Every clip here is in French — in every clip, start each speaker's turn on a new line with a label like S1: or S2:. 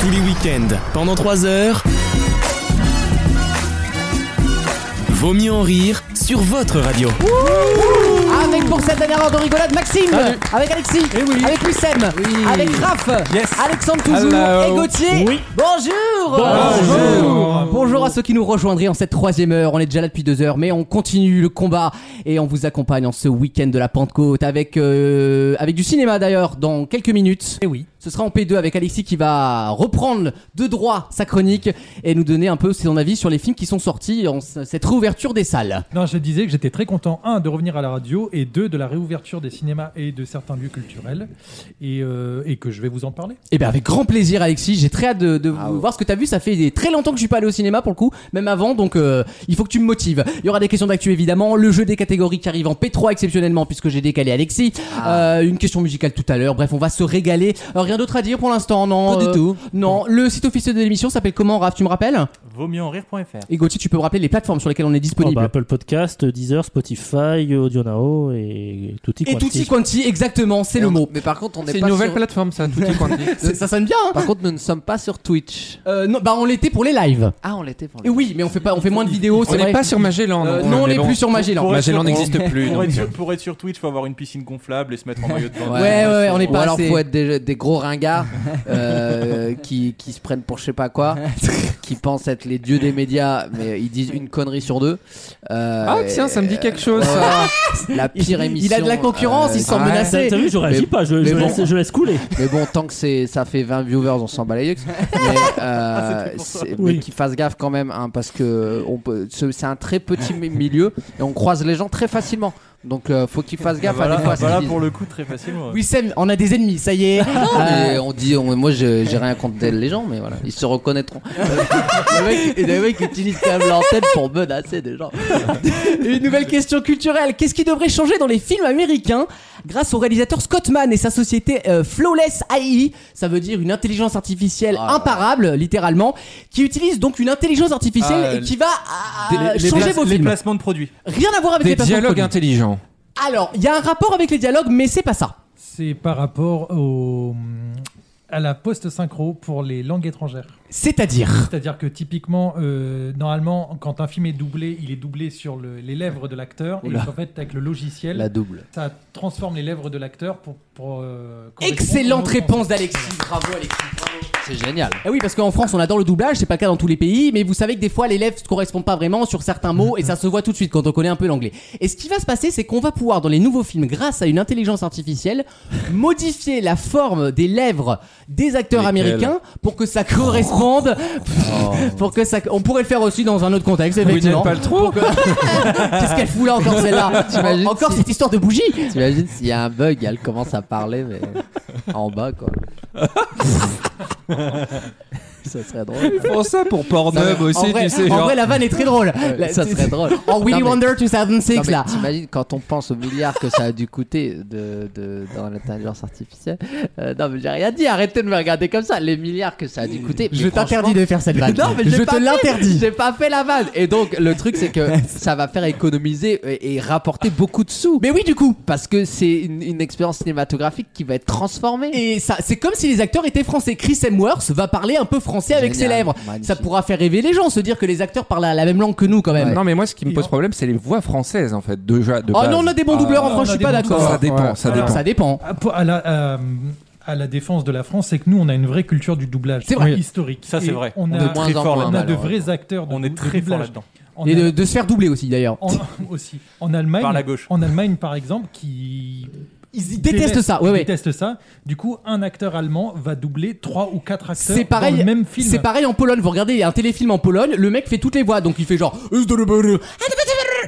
S1: Tous les week-ends, pendant 3 heures. Vaut mieux en rire sur votre radio.
S2: Oh, bah,
S3: Avec pour cette dernière heure de rigolade Maxime,
S4: Salut. Eh
S3: avec Alexis,
S4: oui.
S3: avec Wissem,
S4: Oui.
S3: avec Raph,
S4: Yes.
S3: Alexandre Touzou
S4: Hello.
S3: et Gauthier.
S4: Oui.
S3: Bonjour.
S4: Bonjour.
S3: Bonjour à ceux qui nous rejoindraient en cette troisième heure. On est déjà là depuis deux heures, mais on continue le combat et on vous accompagne en ce week-end de la Pentecôte avec euh, avec du cinéma d'ailleurs dans quelques minutes.
S4: Et Eh oui.
S3: Ce sera en P2 avec Alexis qui va reprendre de droit sa chronique et nous donner un peu son avis sur les films qui sont sortis en c- cette réouverture des salles.
S5: Non, je disais que j'étais très content, un, de revenir à la radio, et deux, de la réouverture des cinémas et de certains lieux culturels, et, euh, et que je vais vous en parler.
S3: Eh bien avec grand plaisir Alexis, j'ai très hâte de, de
S4: Ah
S3: vous- voir ce que t'as vu, ça fait des- très longtemps que je suis pas allé au cinéma pour le coup, même avant, donc euh, il faut que tu me motives. Il y aura des questions d'actu évidemment, le jeu des catégories qui arrive en P3 exceptionnellement puisque j'ai décalé Alexis,
S4: Ah.
S3: Euh, une question musicale tout à l'heure, bref on va se régaler. Euh, rien d'autre à dire pour l'instant, non euh,
S4: Pas du tout.
S3: Non, le site officiel de l'émission s'appelle comment Raph, tu me rappelles
S6: Vaut mieux en rire.fr.
S3: Et Gauthier, tu peux me rappeler les plateformes sur lesquelles on est disponible
S2: Ah
S6: Oh,
S2: bah, Apple Podcast, Deezer, Spotify, AudioNow et Tutti
S3: Et
S2: Quanti.
S3: Tutti Quanti, exactement, c'est
S4: Et
S3: le
S4: on-
S3: mot.
S4: Mais par contre, on n'est
S2: C'est
S4: pas
S2: une nouvelle
S4: sur... plateforme, ça, Tutti Quanti.
S3: C'est- Ça sonne bien, hein
S4: Par contre, nous ne sommes pas sur Twitch.
S3: Euh, non, Bah, on l'était pour les lives.
S4: Ah, on l'était pour
S3: Et
S4: le.
S3: oui, mais on fait pas, on fait moins de vidéos.
S7: On
S3: c'est vrai.
S7: n'est pas sur Magellan.
S3: Euh,
S7: non,
S3: non, on
S7: mais
S3: n'est
S7: bon.
S3: plus sur Magellan.
S6: Pour être
S7: Magellan
S6: sur-
S7: n'existe plus.
S6: Pour
S7: donc,
S6: être,
S7: euh,
S6: sur, pour être sur Twitch, faut avoir une piscine gonflable et se mettre en maillot de bain.
S3: Ouais, ouais, ouais, on n'est
S4: Ou
S3: pas
S4: alors
S3: assez.
S4: faut être des, des gros ringards euh, qui, qui se prennent pour je sais pas quoi, qui pensent être les dieux des médias, mais ils disent une connerie sur deux. Euh,
S7: Ah, tiens, ça me dit quelque chose,
S4: ouais,
S7: ça.
S4: ouais. La pire
S3: Il- il
S4: émission.
S3: a de la concurrence, il se sent
S4: ah,
S3: menacé.
S2: T'as t'as vu, je réagis
S4: Mais-
S2: pas, je,
S4: mais
S2: je
S4: bon.
S2: laisse, je laisse couler.
S4: Mais bon, tant que c'est, ça fait 20 viewers, on s'en bat les yeux. Mais, euh, c'est- mais
S2: Oui.
S4: qu'ils fassent gaffe quand même, hein, parce que on peut, ce- c'est un très petit mi- milieu et on croise les gens très facilement. Donc euh, faut qu'ils fassent gaffe à
S6: Voilà,
S4: des fois. à ce
S6: voilà
S4: qu'ils
S6: pour le coup, très facilement.
S3: Wissem, on a des ennemis, ça y est.
S4: Non, Ah, mais on dit, on- moi je- j'ai rien contre les gens, mais voilà, ils se reconnaîtront. le, mec, le mec utilise quand même l'antenne pour menacer des gens.
S3: Une nouvelle question culturelle. Qu'est-ce qui devrait changer dans les films américains grâce au réalisateur Scott Mann et sa société euh, Flawless AI Ça veut dire une intelligence artificielle
S4: Ah.
S3: imparable, littéralement, qui utilise donc une intelligence artificielle
S6: Ah,
S3: et qui va à-
S8: Ah,
S3: à
S6: les,
S3: changer
S6: place-
S3: vos
S6: les
S3: films.
S6: placements de produits.
S3: Rien à voir avec les
S7: Des
S3: placements de
S7: dialogues
S3: produits.
S7: intelligents.
S3: Alors, il y a un rapport avec les dialogues, mais c'est pas ça.
S5: C'est par rapport au, à la post-synchro pour les langues étrangères.
S3: C'est-à-dire.
S5: C'est-à-dire que typiquement, euh, normalement, quand un film est doublé, il est doublé sur le- les lèvres de l'acteur, et
S4: Oula.
S5: en fait, avec le logiciel,
S4: La double.
S5: ça transforme les lèvres de l'acteur pour. pour, euh, correspondre
S3: Excellente
S5: au mot
S3: réponse
S5: français.
S3: d'Alexis. Bravo, Alexis.
S4: C'est génial.
S3: Eh oui, parce qu'en France, on adore le doublage, c'est pas le cas dans tous les pays, mais vous savez que des fois, les lèvres ne correspondent pas vraiment sur certains mots et ça se voit tout de suite quand on connaît un peu l'anglais. Et ce qui va se passer, c'est qu'on va pouvoir, dans les nouveaux films, grâce à une intelligence artificielle, modifier la forme des lèvres des acteurs américains pour que ça corresponde. pour que ça. On pourrait le faire aussi dans un autre contexte, effectivement.
S7: trop.
S3: Qu'est-ce qu'elle fout là encore celle-là
S4: T'imagines
S3: Encore
S4: si-
S3: cette histoire de bougie
S4: T'imagines s'il y a un bug, elle commence à parler, mais en bas quoi. ça serait drôle.
S7: Ils font ça pour Pornhub
S3: en,
S7: aussi,
S3: vrai,
S7: tu sais,
S3: en
S7: genre.
S3: vrai, la vanne est très drôle. La-
S4: ça serait drôle.
S3: En Willy
S4: Non, mais-
S3: Wonder 2006
S4: Non, mais
S3: là.
S4: T'imagines quand on pense aux milliards que ça a dû coûter de, de- dans l'intelligence artificielle. Euh, non, mais j'ai rien dit, arrêtez de me regarder comme ça. Les milliards que ça a dû coûter.
S3: Je
S4: mais
S3: t'interdis de faire cette vanne.
S4: Non, mais j'ai
S3: je
S4: pas
S3: te
S4: fait.
S3: l'interdis.
S4: J'ai pas fait la vanne. Et donc, le truc, c'est que ça va faire économiser et, et rapporter beaucoup de sous.
S3: Mais oui, du coup.
S4: Parce que c'est une, une expérience cinématographique qui va être transformée.
S3: Et ça, c'est comme si les acteurs étaient français. Chris Hemsworth va parler un peu français avec ses
S4: Génial,
S3: lèvres.
S4: magnifique.
S3: Ça pourra faire rêver les gens, se dire que les acteurs parlent la même langue que nous quand même.
S7: Non, mais moi, ce qui me
S5: Et
S7: pose
S5: en- Ah.
S7: problème, c'est les voix françaises, en fait, déjà. De
S3: oh
S7: base.
S3: non, on a des
S9: Ah,
S3: bons doubleurs en
S5: on
S3: France, je
S5: a
S3: suis
S5: des
S3: pas
S5: bons
S3: d'accord.
S7: Ça dépend,
S5: Ouais.
S7: ça
S5: Alors,
S7: dépend.
S3: Ça dépend. hein.
S5: Ah, pour- à la, euh, à la défense de la France, c'est que nous, on a une vraie culture du doublage
S3: C'est vrai.
S5: historique.
S6: Ça, c'est
S5: Et
S6: vrai.
S5: On
S6: On
S5: a,
S6: est
S4: De moins
S6: très
S4: en
S6: fort
S4: moins,
S5: on a
S6: là-dedans.
S5: de
S4: alors,
S5: vrais acteurs. De,
S6: On est
S5: de
S6: très fort
S5: doublage.
S6: là-dedans. En
S3: Et de,
S5: Allemagne-
S3: de se faire doubler aussi d'ailleurs.
S5: en- aussi. En Allemagne,
S6: Par la gauche.
S5: en Allemagne, par exemple, qui
S3: Ils détestent ça. Ouais, ouais.
S5: détestent ça. Du coup, un acteur allemand va doubler trois ou quatre acteurs
S3: C'est pareil.
S5: dans le même film.
S3: C'est pareil en Pologne. Vous regardez, il y a un téléfilm en Pologne. Le mec fait toutes les voix, donc il fait genre.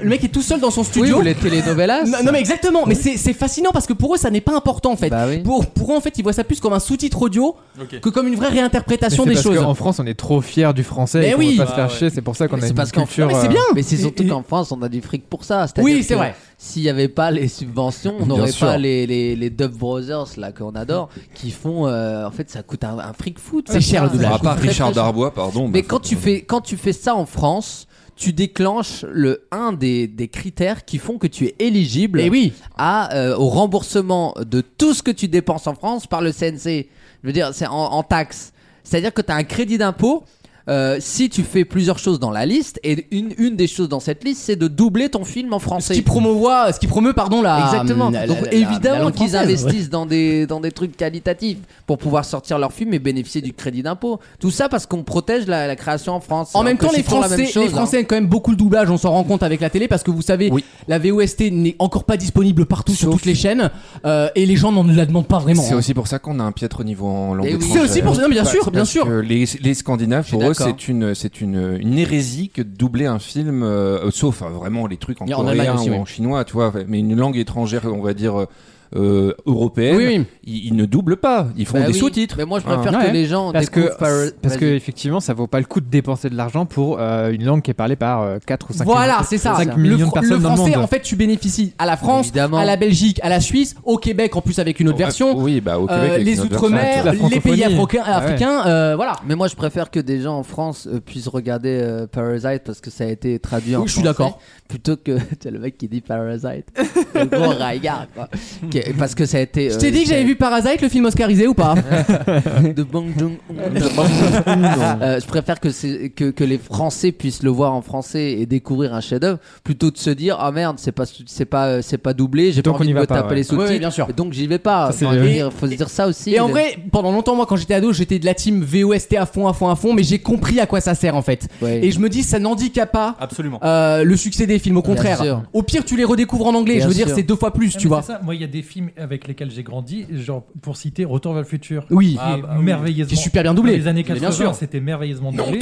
S3: Le mec est tout seul dans son
S4: Oui,
S3: studio.
S4: ou les telenovelas.
S3: Non, non, mais exactement, mais c'est c'est fascinant parce que pour eux ça n'est pas important en fait.
S4: Bah oui.
S3: Pour, pour eux en fait ils voient ça plus comme un sous-titre audio
S6: Ok.
S3: que comme une vraie réinterprétation
S10: Mais
S3: des
S10: c'est parce
S3: choses.
S10: qu'en France, on est trop fiers du français.
S3: Mais
S10: et qu'on
S3: oui.
S10: veut pas se faire
S6: Ah ouais.
S10: chier. C'est pour ça qu'on
S4: Mais
S10: a
S4: c'est
S10: une
S4: parce qu'en-
S10: culture. euh,
S3: Non, mais c'est bien.
S4: Mais c'est surtout
S5: Et- et-
S4: qu'en France, on a du fric pour ça.
S3: Oui,
S4: C'est-à-dire
S3: c'est
S4: que
S3: vrai.
S4: S'il n'y avait pas les subventions, on n'aurait
S7: sûr.
S4: pas les, les, les Dub Brothers là qu'on adore, qui font. euh, en fait, ça coûte un, un fric fou.
S3: C'est cher, le doublage.
S7: À part Richard Darbois, pardon.
S4: Mais
S7: bah,
S4: quand tu fais quand tu fais ça en France, tu déclenches le un des, des critères qui font que tu es éligible
S3: Et oui,
S4: à euh, au remboursement de tout ce que tu dépenses en France par le CNC. Je veux dire, c'est en, en taxes. C'est-à-dire que tu as un crédit d'impôt euh, si tu fais plusieurs choses dans la liste. Et une, une des choses dans cette liste, c'est de doubler ton film en
S3: Ce
S4: français. Ah,
S3: qui promouvoit, ce qui promeut, pardon, la.
S4: Exactement.
S3: la-
S4: Donc
S3: la- la- la
S4: évidemment
S3: langue
S4: qu'ils
S3: française.
S4: investissent dans des dans des trucs qualitatifs pour pouvoir sortir leur film et bénéficier du crédit d'impôt. Tout ça parce qu'on protège la, la création en France.
S3: En
S4: Alors
S3: même
S4: que
S3: temps,
S4: c'est
S3: les
S4: toujours la
S3: Français,
S4: même chose,
S3: les
S4: hein.
S3: Français aiment quand même beaucoup le doublage. On s'en rend compte avec la télé parce que vous savez,
S7: Oui.
S3: la VOST n'est encore pas disponible partout sur toutes les chaînes euh, et les gens n'en la demandent pas vraiment. hein.
S7: C'est aussi pour ça qu'on a un piètre niveau en langue
S4: Et oui.
S3: Eh C'est
S7: étrangère.
S3: aussi pour ça, non, mais bien
S7: Parce
S3: sûr, bien sûr.
S7: que les, les Scandinaves,
S4: suis
S7: pour eux,
S4: d'accord.
S7: c'est une, c'est une, une hérésie que de doubler un film, euh, euh, sauf euh, vraiment les trucs en
S3: Il y a en
S7: coréen
S3: Allemagne aussi,
S7: ou
S3: oui.
S7: en chinois, tu vois, mais une langue étrangère, on va dire euh, euh, européenne,
S3: Oui, oui.
S7: Ils, ils ne doublent pas, ils font
S4: Bah
S7: des
S4: oui,
S7: sous-titres.
S4: Mais moi, je préfère
S10: Ah.
S4: que
S10: Ouais.
S4: les gens
S10: Parce que,
S4: découvrent par-
S10: parce que
S4: vas-y.
S10: effectivement, ça vaut pas le coup de dépenser de l'argent pour euh, une langue qui est parlée par 4 ou 5
S3: Voilà, c'est ça.
S10: 5
S3: le,
S10: millions de
S3: fr- le
S10: personnes dans le
S3: français,
S10: monde.
S3: en fait, tu bénéficies à la France,
S4: Évidemment.
S3: à la Belgique, à la Suisse, au Québec, en plus avec une autre version,
S7: Oui, bah au Québec,
S3: euh,
S7: avec
S3: les
S7: notre version,
S3: Outre-mer,
S10: toute la
S3: les pays
S10: francophonie.
S3: africains,
S10: Ah ouais.
S3: africains, euh, voilà.
S4: Mais moi, je préfère que des gens en France euh, puissent regarder euh, Parasite parce que ça a été traduit en
S3: Oui, je suis
S4: français,
S3: d'accord.
S4: Plutôt que t'as le mec qui dit Parasite. le gros regard, quoi. Qui- Parce que ça a été. euh,
S3: Je t'ai dit que j'avais vu Parasite, le film oscarisé ou pas
S4: de Bang Joon. Euh, je préfère que, c'est- que, que les Français puissent le voir en français et découvrir un chef-d'œuvre plutôt de se dire ah merde c'est pas c'est pas euh, c'est pas doublé j'ai pas
S10: Donc on
S4: envie
S10: y
S4: de
S10: va
S4: me
S10: pas,
S4: taper
S10: ouais.
S4: les sous-titres
S3: Oui, oui, bien sûr.
S4: donc j'y vais pas.
S10: Ça, c'est
S4: Enfin, je veux
S10: le-
S4: dire, faut se dire ça aussi.
S3: Et en vrai, pendant longtemps, moi, quand j'étais ado, j'étais de la team VOST à fond, à fond, à fond, mais j'ai compris à quoi ça sert en fait.
S4: Ouais.
S3: Et je me dis, ça n'handicape pas
S6: Absolument.
S3: euh, le succès des films, au
S4: sûr.
S3: contraire. Au pire, tu les redécouvres en anglais,
S4: Bien
S3: je veux dire,
S4: sûr.
S3: c'est deux fois plus,
S5: Ah,
S3: tu
S5: mais
S3: vois.
S5: c'est ça. Moi, il y a des films avec lesquels j'ai grandi, genre pour citer Retour vers le futur.
S3: Oui.
S6: Ah,
S5: qui est
S6: bah oui.
S5: merveilleusement.
S3: Qui est super bien doublé.
S5: Dans les années
S3: Mais bien
S5: 80,
S3: sûr.
S5: c'était merveilleusement doublé.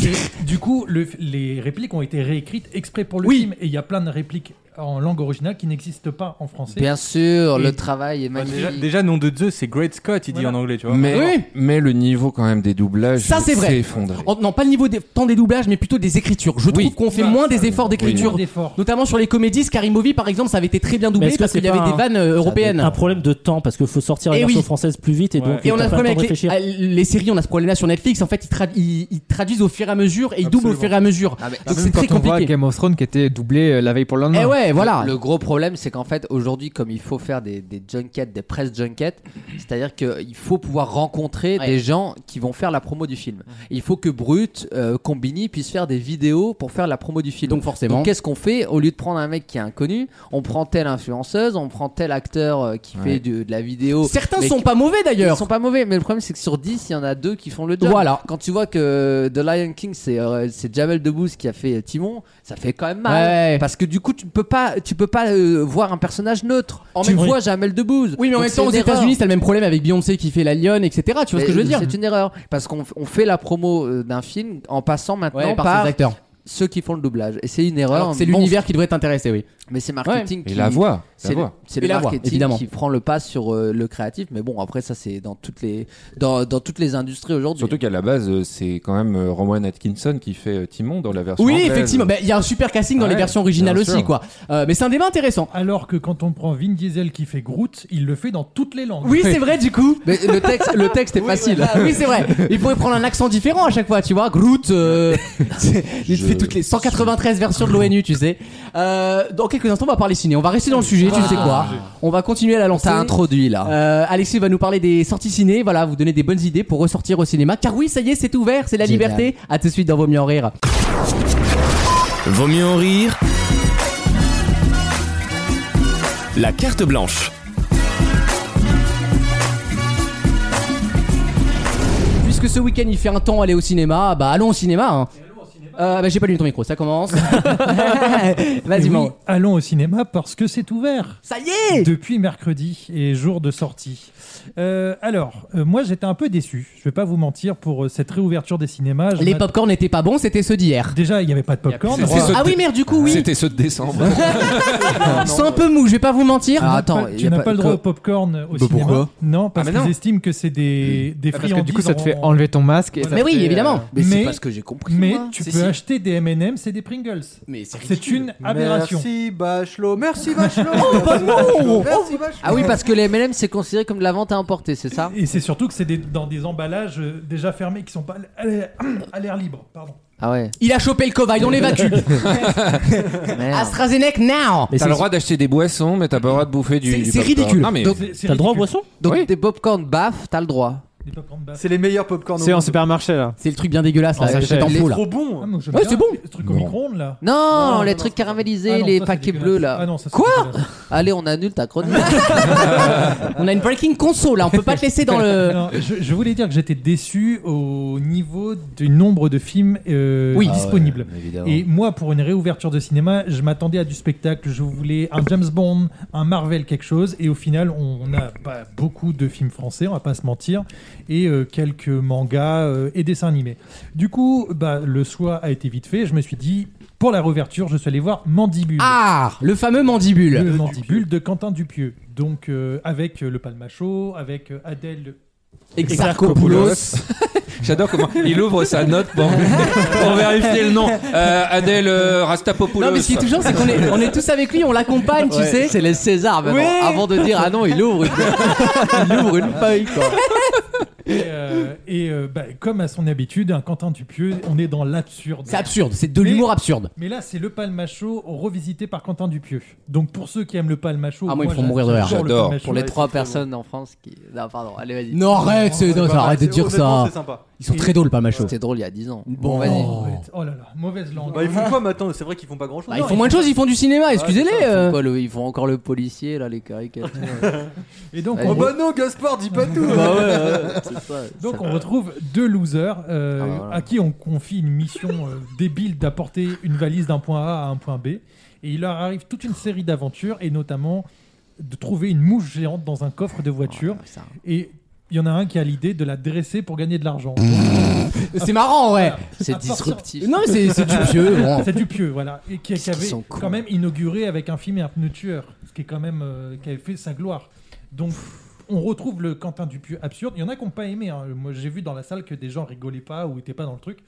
S5: Et du coup, le- les répliques ont été réécrites exprès pour le
S3: Oui.
S5: film. Et il y a plein de répliques en langue originale qui n'existent pas en français.
S4: bien sûr
S5: Et-
S4: le travail est
S6: Bah,
S4: magnifique.
S6: déjà, déjà, nom de Zeus, c'est Great Scott, il dit
S5: Voilà.
S6: en anglais, tu vois.
S7: Mais,
S3: Oui.
S7: mais le niveau quand même des doublages
S3: Ça, c'est
S7: s'est
S3: vrai.
S7: effondré.
S3: En- non, pas le niveau des, tant des doublages, mais plutôt des écritures. Je
S7: Oui.
S3: trouve qu'on fait
S5: Bah,
S3: moins
S5: ça,
S3: des efforts d'écriture.
S5: Moins d'efforts.
S3: Notamment sur les comédies, Scary Movie par exemple, ça avait été très bien
S2: Mais
S3: doublé
S2: est-ce que
S3: parce
S2: c'est
S3: qu'il y avait
S2: pas
S3: des
S2: un-
S3: vannes euh, européennes.
S2: Un problème de temps parce qu'il faut sortir la
S3: Eh
S2: version
S3: oui.
S2: française plus vite et
S6: Ouais.
S2: donc
S3: Et on a
S2: t'as
S3: ce
S2: pas le
S3: problème
S2: temps de
S3: avec les,
S2: réfléchir.
S3: à- les séries, on a ce problème-là sur Netflix. En fait, ils, trad- ils- ils traduisent au fur et à mesure et ils doublent au
S6: Absolument.
S3: fur et à mesure.
S4: Ah, mais-
S3: Donc
S10: Même
S3: c'est
S10: quand
S3: très
S10: on voit
S3: compliqué.
S10: Game of Thrones qui était doublé euh, la veille pour le lendemain.
S3: Eh ouais, voilà.
S4: Le gros problème, c'est qu'en fait, aujourd'hui, comme il faut faire des, des junkets, des press junkets, c'est-à-dire qu'il faut pouvoir rencontrer
S3: Ouais.
S4: des gens qui vont faire la promo du film. Il faut que Brut, euh, Combini puissent faire des vidéos pour faire la promo du film.
S3: Donc forcément.
S4: Donc qu'est-ce qu'on fait Au lieu de prendre un mec qui est inconnu, on prend telle influenceuse, on prend tel acteur euh, qui fait du- de la vidéo.
S3: Certains
S4: mais
S3: sont pas mauvais
S4: Ils
S3: d'ailleurs.
S4: sont pas mauvais, mais le problème c'est que sur 10, il y en a deux qui font le job.
S3: Voilà.
S4: Quand tu vois que The Lion King, c'est euh, c'est Jamel Debbouze qui a fait euh, Timon, ça fait quand même mal.
S3: Ouais.
S4: Parce que du coup, tu ne peux pas, tu peux pas euh, voir un personnage neutre.
S3: En
S4: tu
S2: même-
S4: vois Jamel Debbouze.
S3: Oui, mais en
S4: Donc
S3: même
S4: c'est
S3: temps,
S4: une
S3: aux
S4: erreur.
S3: États-Unis, c'est le même problème avec Beyoncé qui fait la lionne, etc. Tu vois ce que je veux
S4: Mais
S3: dire
S4: C'est une erreur parce qu'on on fait la promo euh, d'un film en passant maintenant
S3: Ouais, par,
S4: par,
S3: ces acteurs.
S4: ceux qui font le doublage. Et c'est une erreur.
S3: Alors que c'est
S4: Bon,
S3: l'univers qui devrait t'intéresser, oui.
S4: Mais c'est marketing
S7: Et
S4: qui
S7: la voix, la
S4: C'est le,
S7: voix.
S4: c'est
S3: Et
S4: le
S3: la voix,
S4: marketing
S3: évidemment.
S4: qui prend le pas sur euh, le créatif. Mais bon, après ça, c'est dans toutes les dans, dans toutes les industries aujourd'hui.
S7: Surtout qu'à la base, euh, c'est quand même euh, Rowan Atkinson qui fait euh, Timon dans la version
S3: Oui,
S7: anglaise.
S3: effectivement. Bah, Il y a un super casting dans les
S7: Ouais,
S3: versions originales
S7: bien
S3: aussi,
S7: sûr.
S3: quoi. Euh, mais c'est un débat intéressant.
S5: Alors que quand on prend Vin Diesel qui fait Groot, il le fait dans toutes les langues.
S3: Oui, c'est vrai, du coup.
S4: Mais le texte, le texte est facile.
S3: Ah, oui, c'est vrai. Il pourrait prendre un accent différent à chaque fois, tu vois. Groot, euh, c'est- il
S7: Je
S3: fait toutes les 193 versions de l'ONU, tu sais. Euh, dans quelques instants, on va parler ciné. On va rester dans le sujet, tu sais quoi. On va continuer à la lancer.
S4: T'as introduit là.
S3: Euh, Alexis va nous parler des sorties ciné, voilà, vous donner des bonnes idées pour ressortir au cinéma. Car oui, ça y est, c'est ouvert, c'est la
S4: Génial.
S3: liberté. À tout de suite dans Vaut mieux en rire.
S1: Vaut mieux en rire. La carte blanche.
S3: Puisque ce week-end il fait un temps aller au cinéma, bah allons au cinéma. hein. Euh, bah j'ai pas lu ton micro, ça commence.
S5: Et
S3: Vas-y,
S5: oui,
S3: Mauro.
S5: allons au cinéma parce que c'est ouvert.
S3: Ça y est
S5: Depuis mercredi et jour de sortie. Euh, alors, euh, moi j'étais un peu déçu, je vais pas vous mentir, pour euh, cette réouverture des cinémas. Je
S3: Les
S5: m'a-
S3: popcorn n'étaient pas bons, c'était ceux d'hier.
S5: Déjà, il n'y avait pas de popcorn.
S7: plus de
S5: Voilà.
S7: popcorn.
S3: Ah oui, merde, du coup, oui.
S7: C'était ceux de décembre.
S3: C'est un peu mou, je vais pas vous mentir.
S4: Alors,
S5: Tu n'as
S4: attends,
S5: pas-
S4: il y
S5: tu
S4: a
S5: n'as
S4: pas-
S5: pas, le droit
S4: que-
S5: au popcorn au
S10: Bah,
S5: cinéma.
S10: pourquoi
S5: non, parce
S7: Ah, mais
S5: qu'ils
S7: non.
S5: estiment que c'est des, des
S10: Parce que du coup, ça te
S5: friandises
S10: fait
S5: en-
S10: enlever ton masque. Et
S5: Voilà.
S10: ça
S3: mais
S10: te
S3: oui,
S10: fait,
S3: évidemment.
S4: Mais, c'est
S5: Mais-
S4: pas ce que j'ai compris.
S5: Mais
S4: moi.
S5: tu
S7: Si,
S5: peux
S7: si.
S5: acheter des M&M's et des Pringles.
S3: Mais c'est
S5: C'est une aberration.
S11: Merci Bachelot, merci Bachelot.
S8: Oh,
S11: Merci Bachelot.
S4: Ah oui, parce que les MLM c'est considéré comme de la vente à emporter, c'est ça
S5: Et c'est surtout que c'est des- dans des emballages euh, déjà fermés qui sont pas à l'air- à l'air libre. Pardon.
S4: Ah ouais.
S3: Il a chopé le Covid, on l'évacue. Ah.
S4: Merde.
S3: AstraZeneca now
S7: T'as
S2: Mais c'est-
S7: le droit d'acheter des boissons, mais t'as pas le droit de bouffer du.
S3: C'est-
S7: du
S3: c'est
S7: popcorn.
S3: ridicule.
S7: Non, mais
S5: C'est- c'est
S2: T'as le droit aux
S5: ridicule.
S2: boissons
S4: Donc
S7: Oui.
S4: des popcorn baf, t'as le droit.
S5: Des popcorn baffes.
S8: C'est les meilleurs popcorn. au
S10: C'est en
S8: monde.
S10: supermarché là.
S3: Ah, C'est le truc bien dégueulasse
S10: En
S3: là,
S10: sachet.
S3: j'achète en
S10: Les
S3: pot là.
S8: Trop bon.
S5: Ah, moi, j'aime
S3: Ouais,
S5: bien
S3: c'est bon.
S5: Les trucs au
S7: Non.
S5: micro-ondes là.
S4: Non,
S8: non,
S4: les
S8: non,
S4: trucs
S8: ça-
S4: caramélisés,
S5: Ah non,
S4: les
S5: ça, c'est
S4: paquets
S5: dégueulasse.
S4: bleus là.
S5: Ah non, ça, c'est
S4: Quoi
S5: dégueulasse.
S4: Allez, on annule ta chronique.
S3: On a une breaking console là, on peut pas te laisser dans le.
S5: Non, je, je voulais dire que j'étais déçu au niveau du nombre de films euh,
S3: Oui. Ah
S5: disponibles.
S7: Évidemment.
S5: Et moi, pour une réouverture de cinéma, je m'attendais à du spectacle. Je voulais un James Bond, un Marvel, quelque chose. Et au final, on n'a pas beaucoup de films français, on va pas se mentir, et euh, quelques mangas euh, et dessins animés. Du coup, bah, le choix a été vite fait. Je me suis dit, pour la réouverture, je suis allé voir Mandibule.
S3: Ah Le fameux mandibule
S5: Le mandibule de Quentin Dupieux. Donc, euh, avec euh, le Palmacho, avec euh, Adèle.
S3: Exarchopoulos.
S7: J'adore comment il ouvre sa note pour, pour vérifier le nom. Euh, Adèle euh, Rastapopoulos.
S3: Non mais ce qui est toujours c'est qu'on est, on est tous avec lui, on l'accompagne, tu sais.
S4: C'est les Césars maintenant.
S8: Ouais.
S4: Avant de dire ah non, il ouvre une, il ouvre une feuille quoi.
S5: Et, euh, et, euh, bah, comme à son habitude, un Quentin Dupieux, on est dans l'absurde.
S3: C'est absurde, c'est de l'humour absurde.
S5: Mais là, c'est le Palmacho revisité par Quentin Dupieux. Donc, pour ceux qui aiment le Palmacho,
S3: Ah, moi, ils me font
S5: j'a-
S3: mourir de rire.
S5: j'adore le
S7: J'adore.
S5: Palmacho.
S4: Pour les
S8: Ouais,
S4: trois
S8: c'est très
S4: personnes en France qui. Non, pardon, allez, vas-y.
S3: Non arrête, c'est-
S8: C'est
S3: non,
S8: pas
S3: ça,
S8: mal,
S3: arrête de
S8: bah, c'est-
S3: dire
S8: honnêtement,
S3: ça.
S8: C'est sympa.
S3: Ils sont très drôles pas macho.
S4: C'était drôle il y a 10 ans.
S3: Bon.
S4: Bon, vas-y.
S5: Oh là là, mauvaise langue.
S8: Bah, ils font quoi maintenant C'est vrai qu'ils font pas grand chose.
S3: Bah, ils font moins de choses, ils font du cinéma, excusez-les. euh.
S4: Paul, ils font encore le policier là, les caricatures. euh,
S5: Et donc,
S4: Vas-y.
S5: on,
S8: Oh
S5: re-
S8: bah non, Gaspard, dis pas tout.
S4: bah ouais, ouais, c'est ça.
S5: donc,
S4: Ça-
S5: on retrouve deux losers euh,
S4: Ah, bah, voilà.
S5: à qui on confie une mission euh, débile d'apporter une valise d'un point A à un point B. Et il leur arrive toute une série d'aventures et notamment de trouver une mouche géante dans un coffre de voiture.
S4: ça.
S5: Et il y en a un qui a l'idée de la dresser pour gagner de l'argent.
S3: C'est marrant ouais.
S4: C'est disruptif.
S3: Non mais c'est- c'est du hein. pieux. bon.
S5: C'est Dupieux, voilà. Et qui, qui
S4: qu'ils
S5: avait
S4: sont cons.
S5: quand même inauguré avec un film et un pneu tueur, ce qui est quand même euh, qui avait fait sa gloire. Donc on retrouve le Quentin Dupieux absurde. Il y en a qui n'ont pas aimé. hein. Moi j'ai vu dans la salle que des gens rigolaient pas ou étaient pas dans le truc.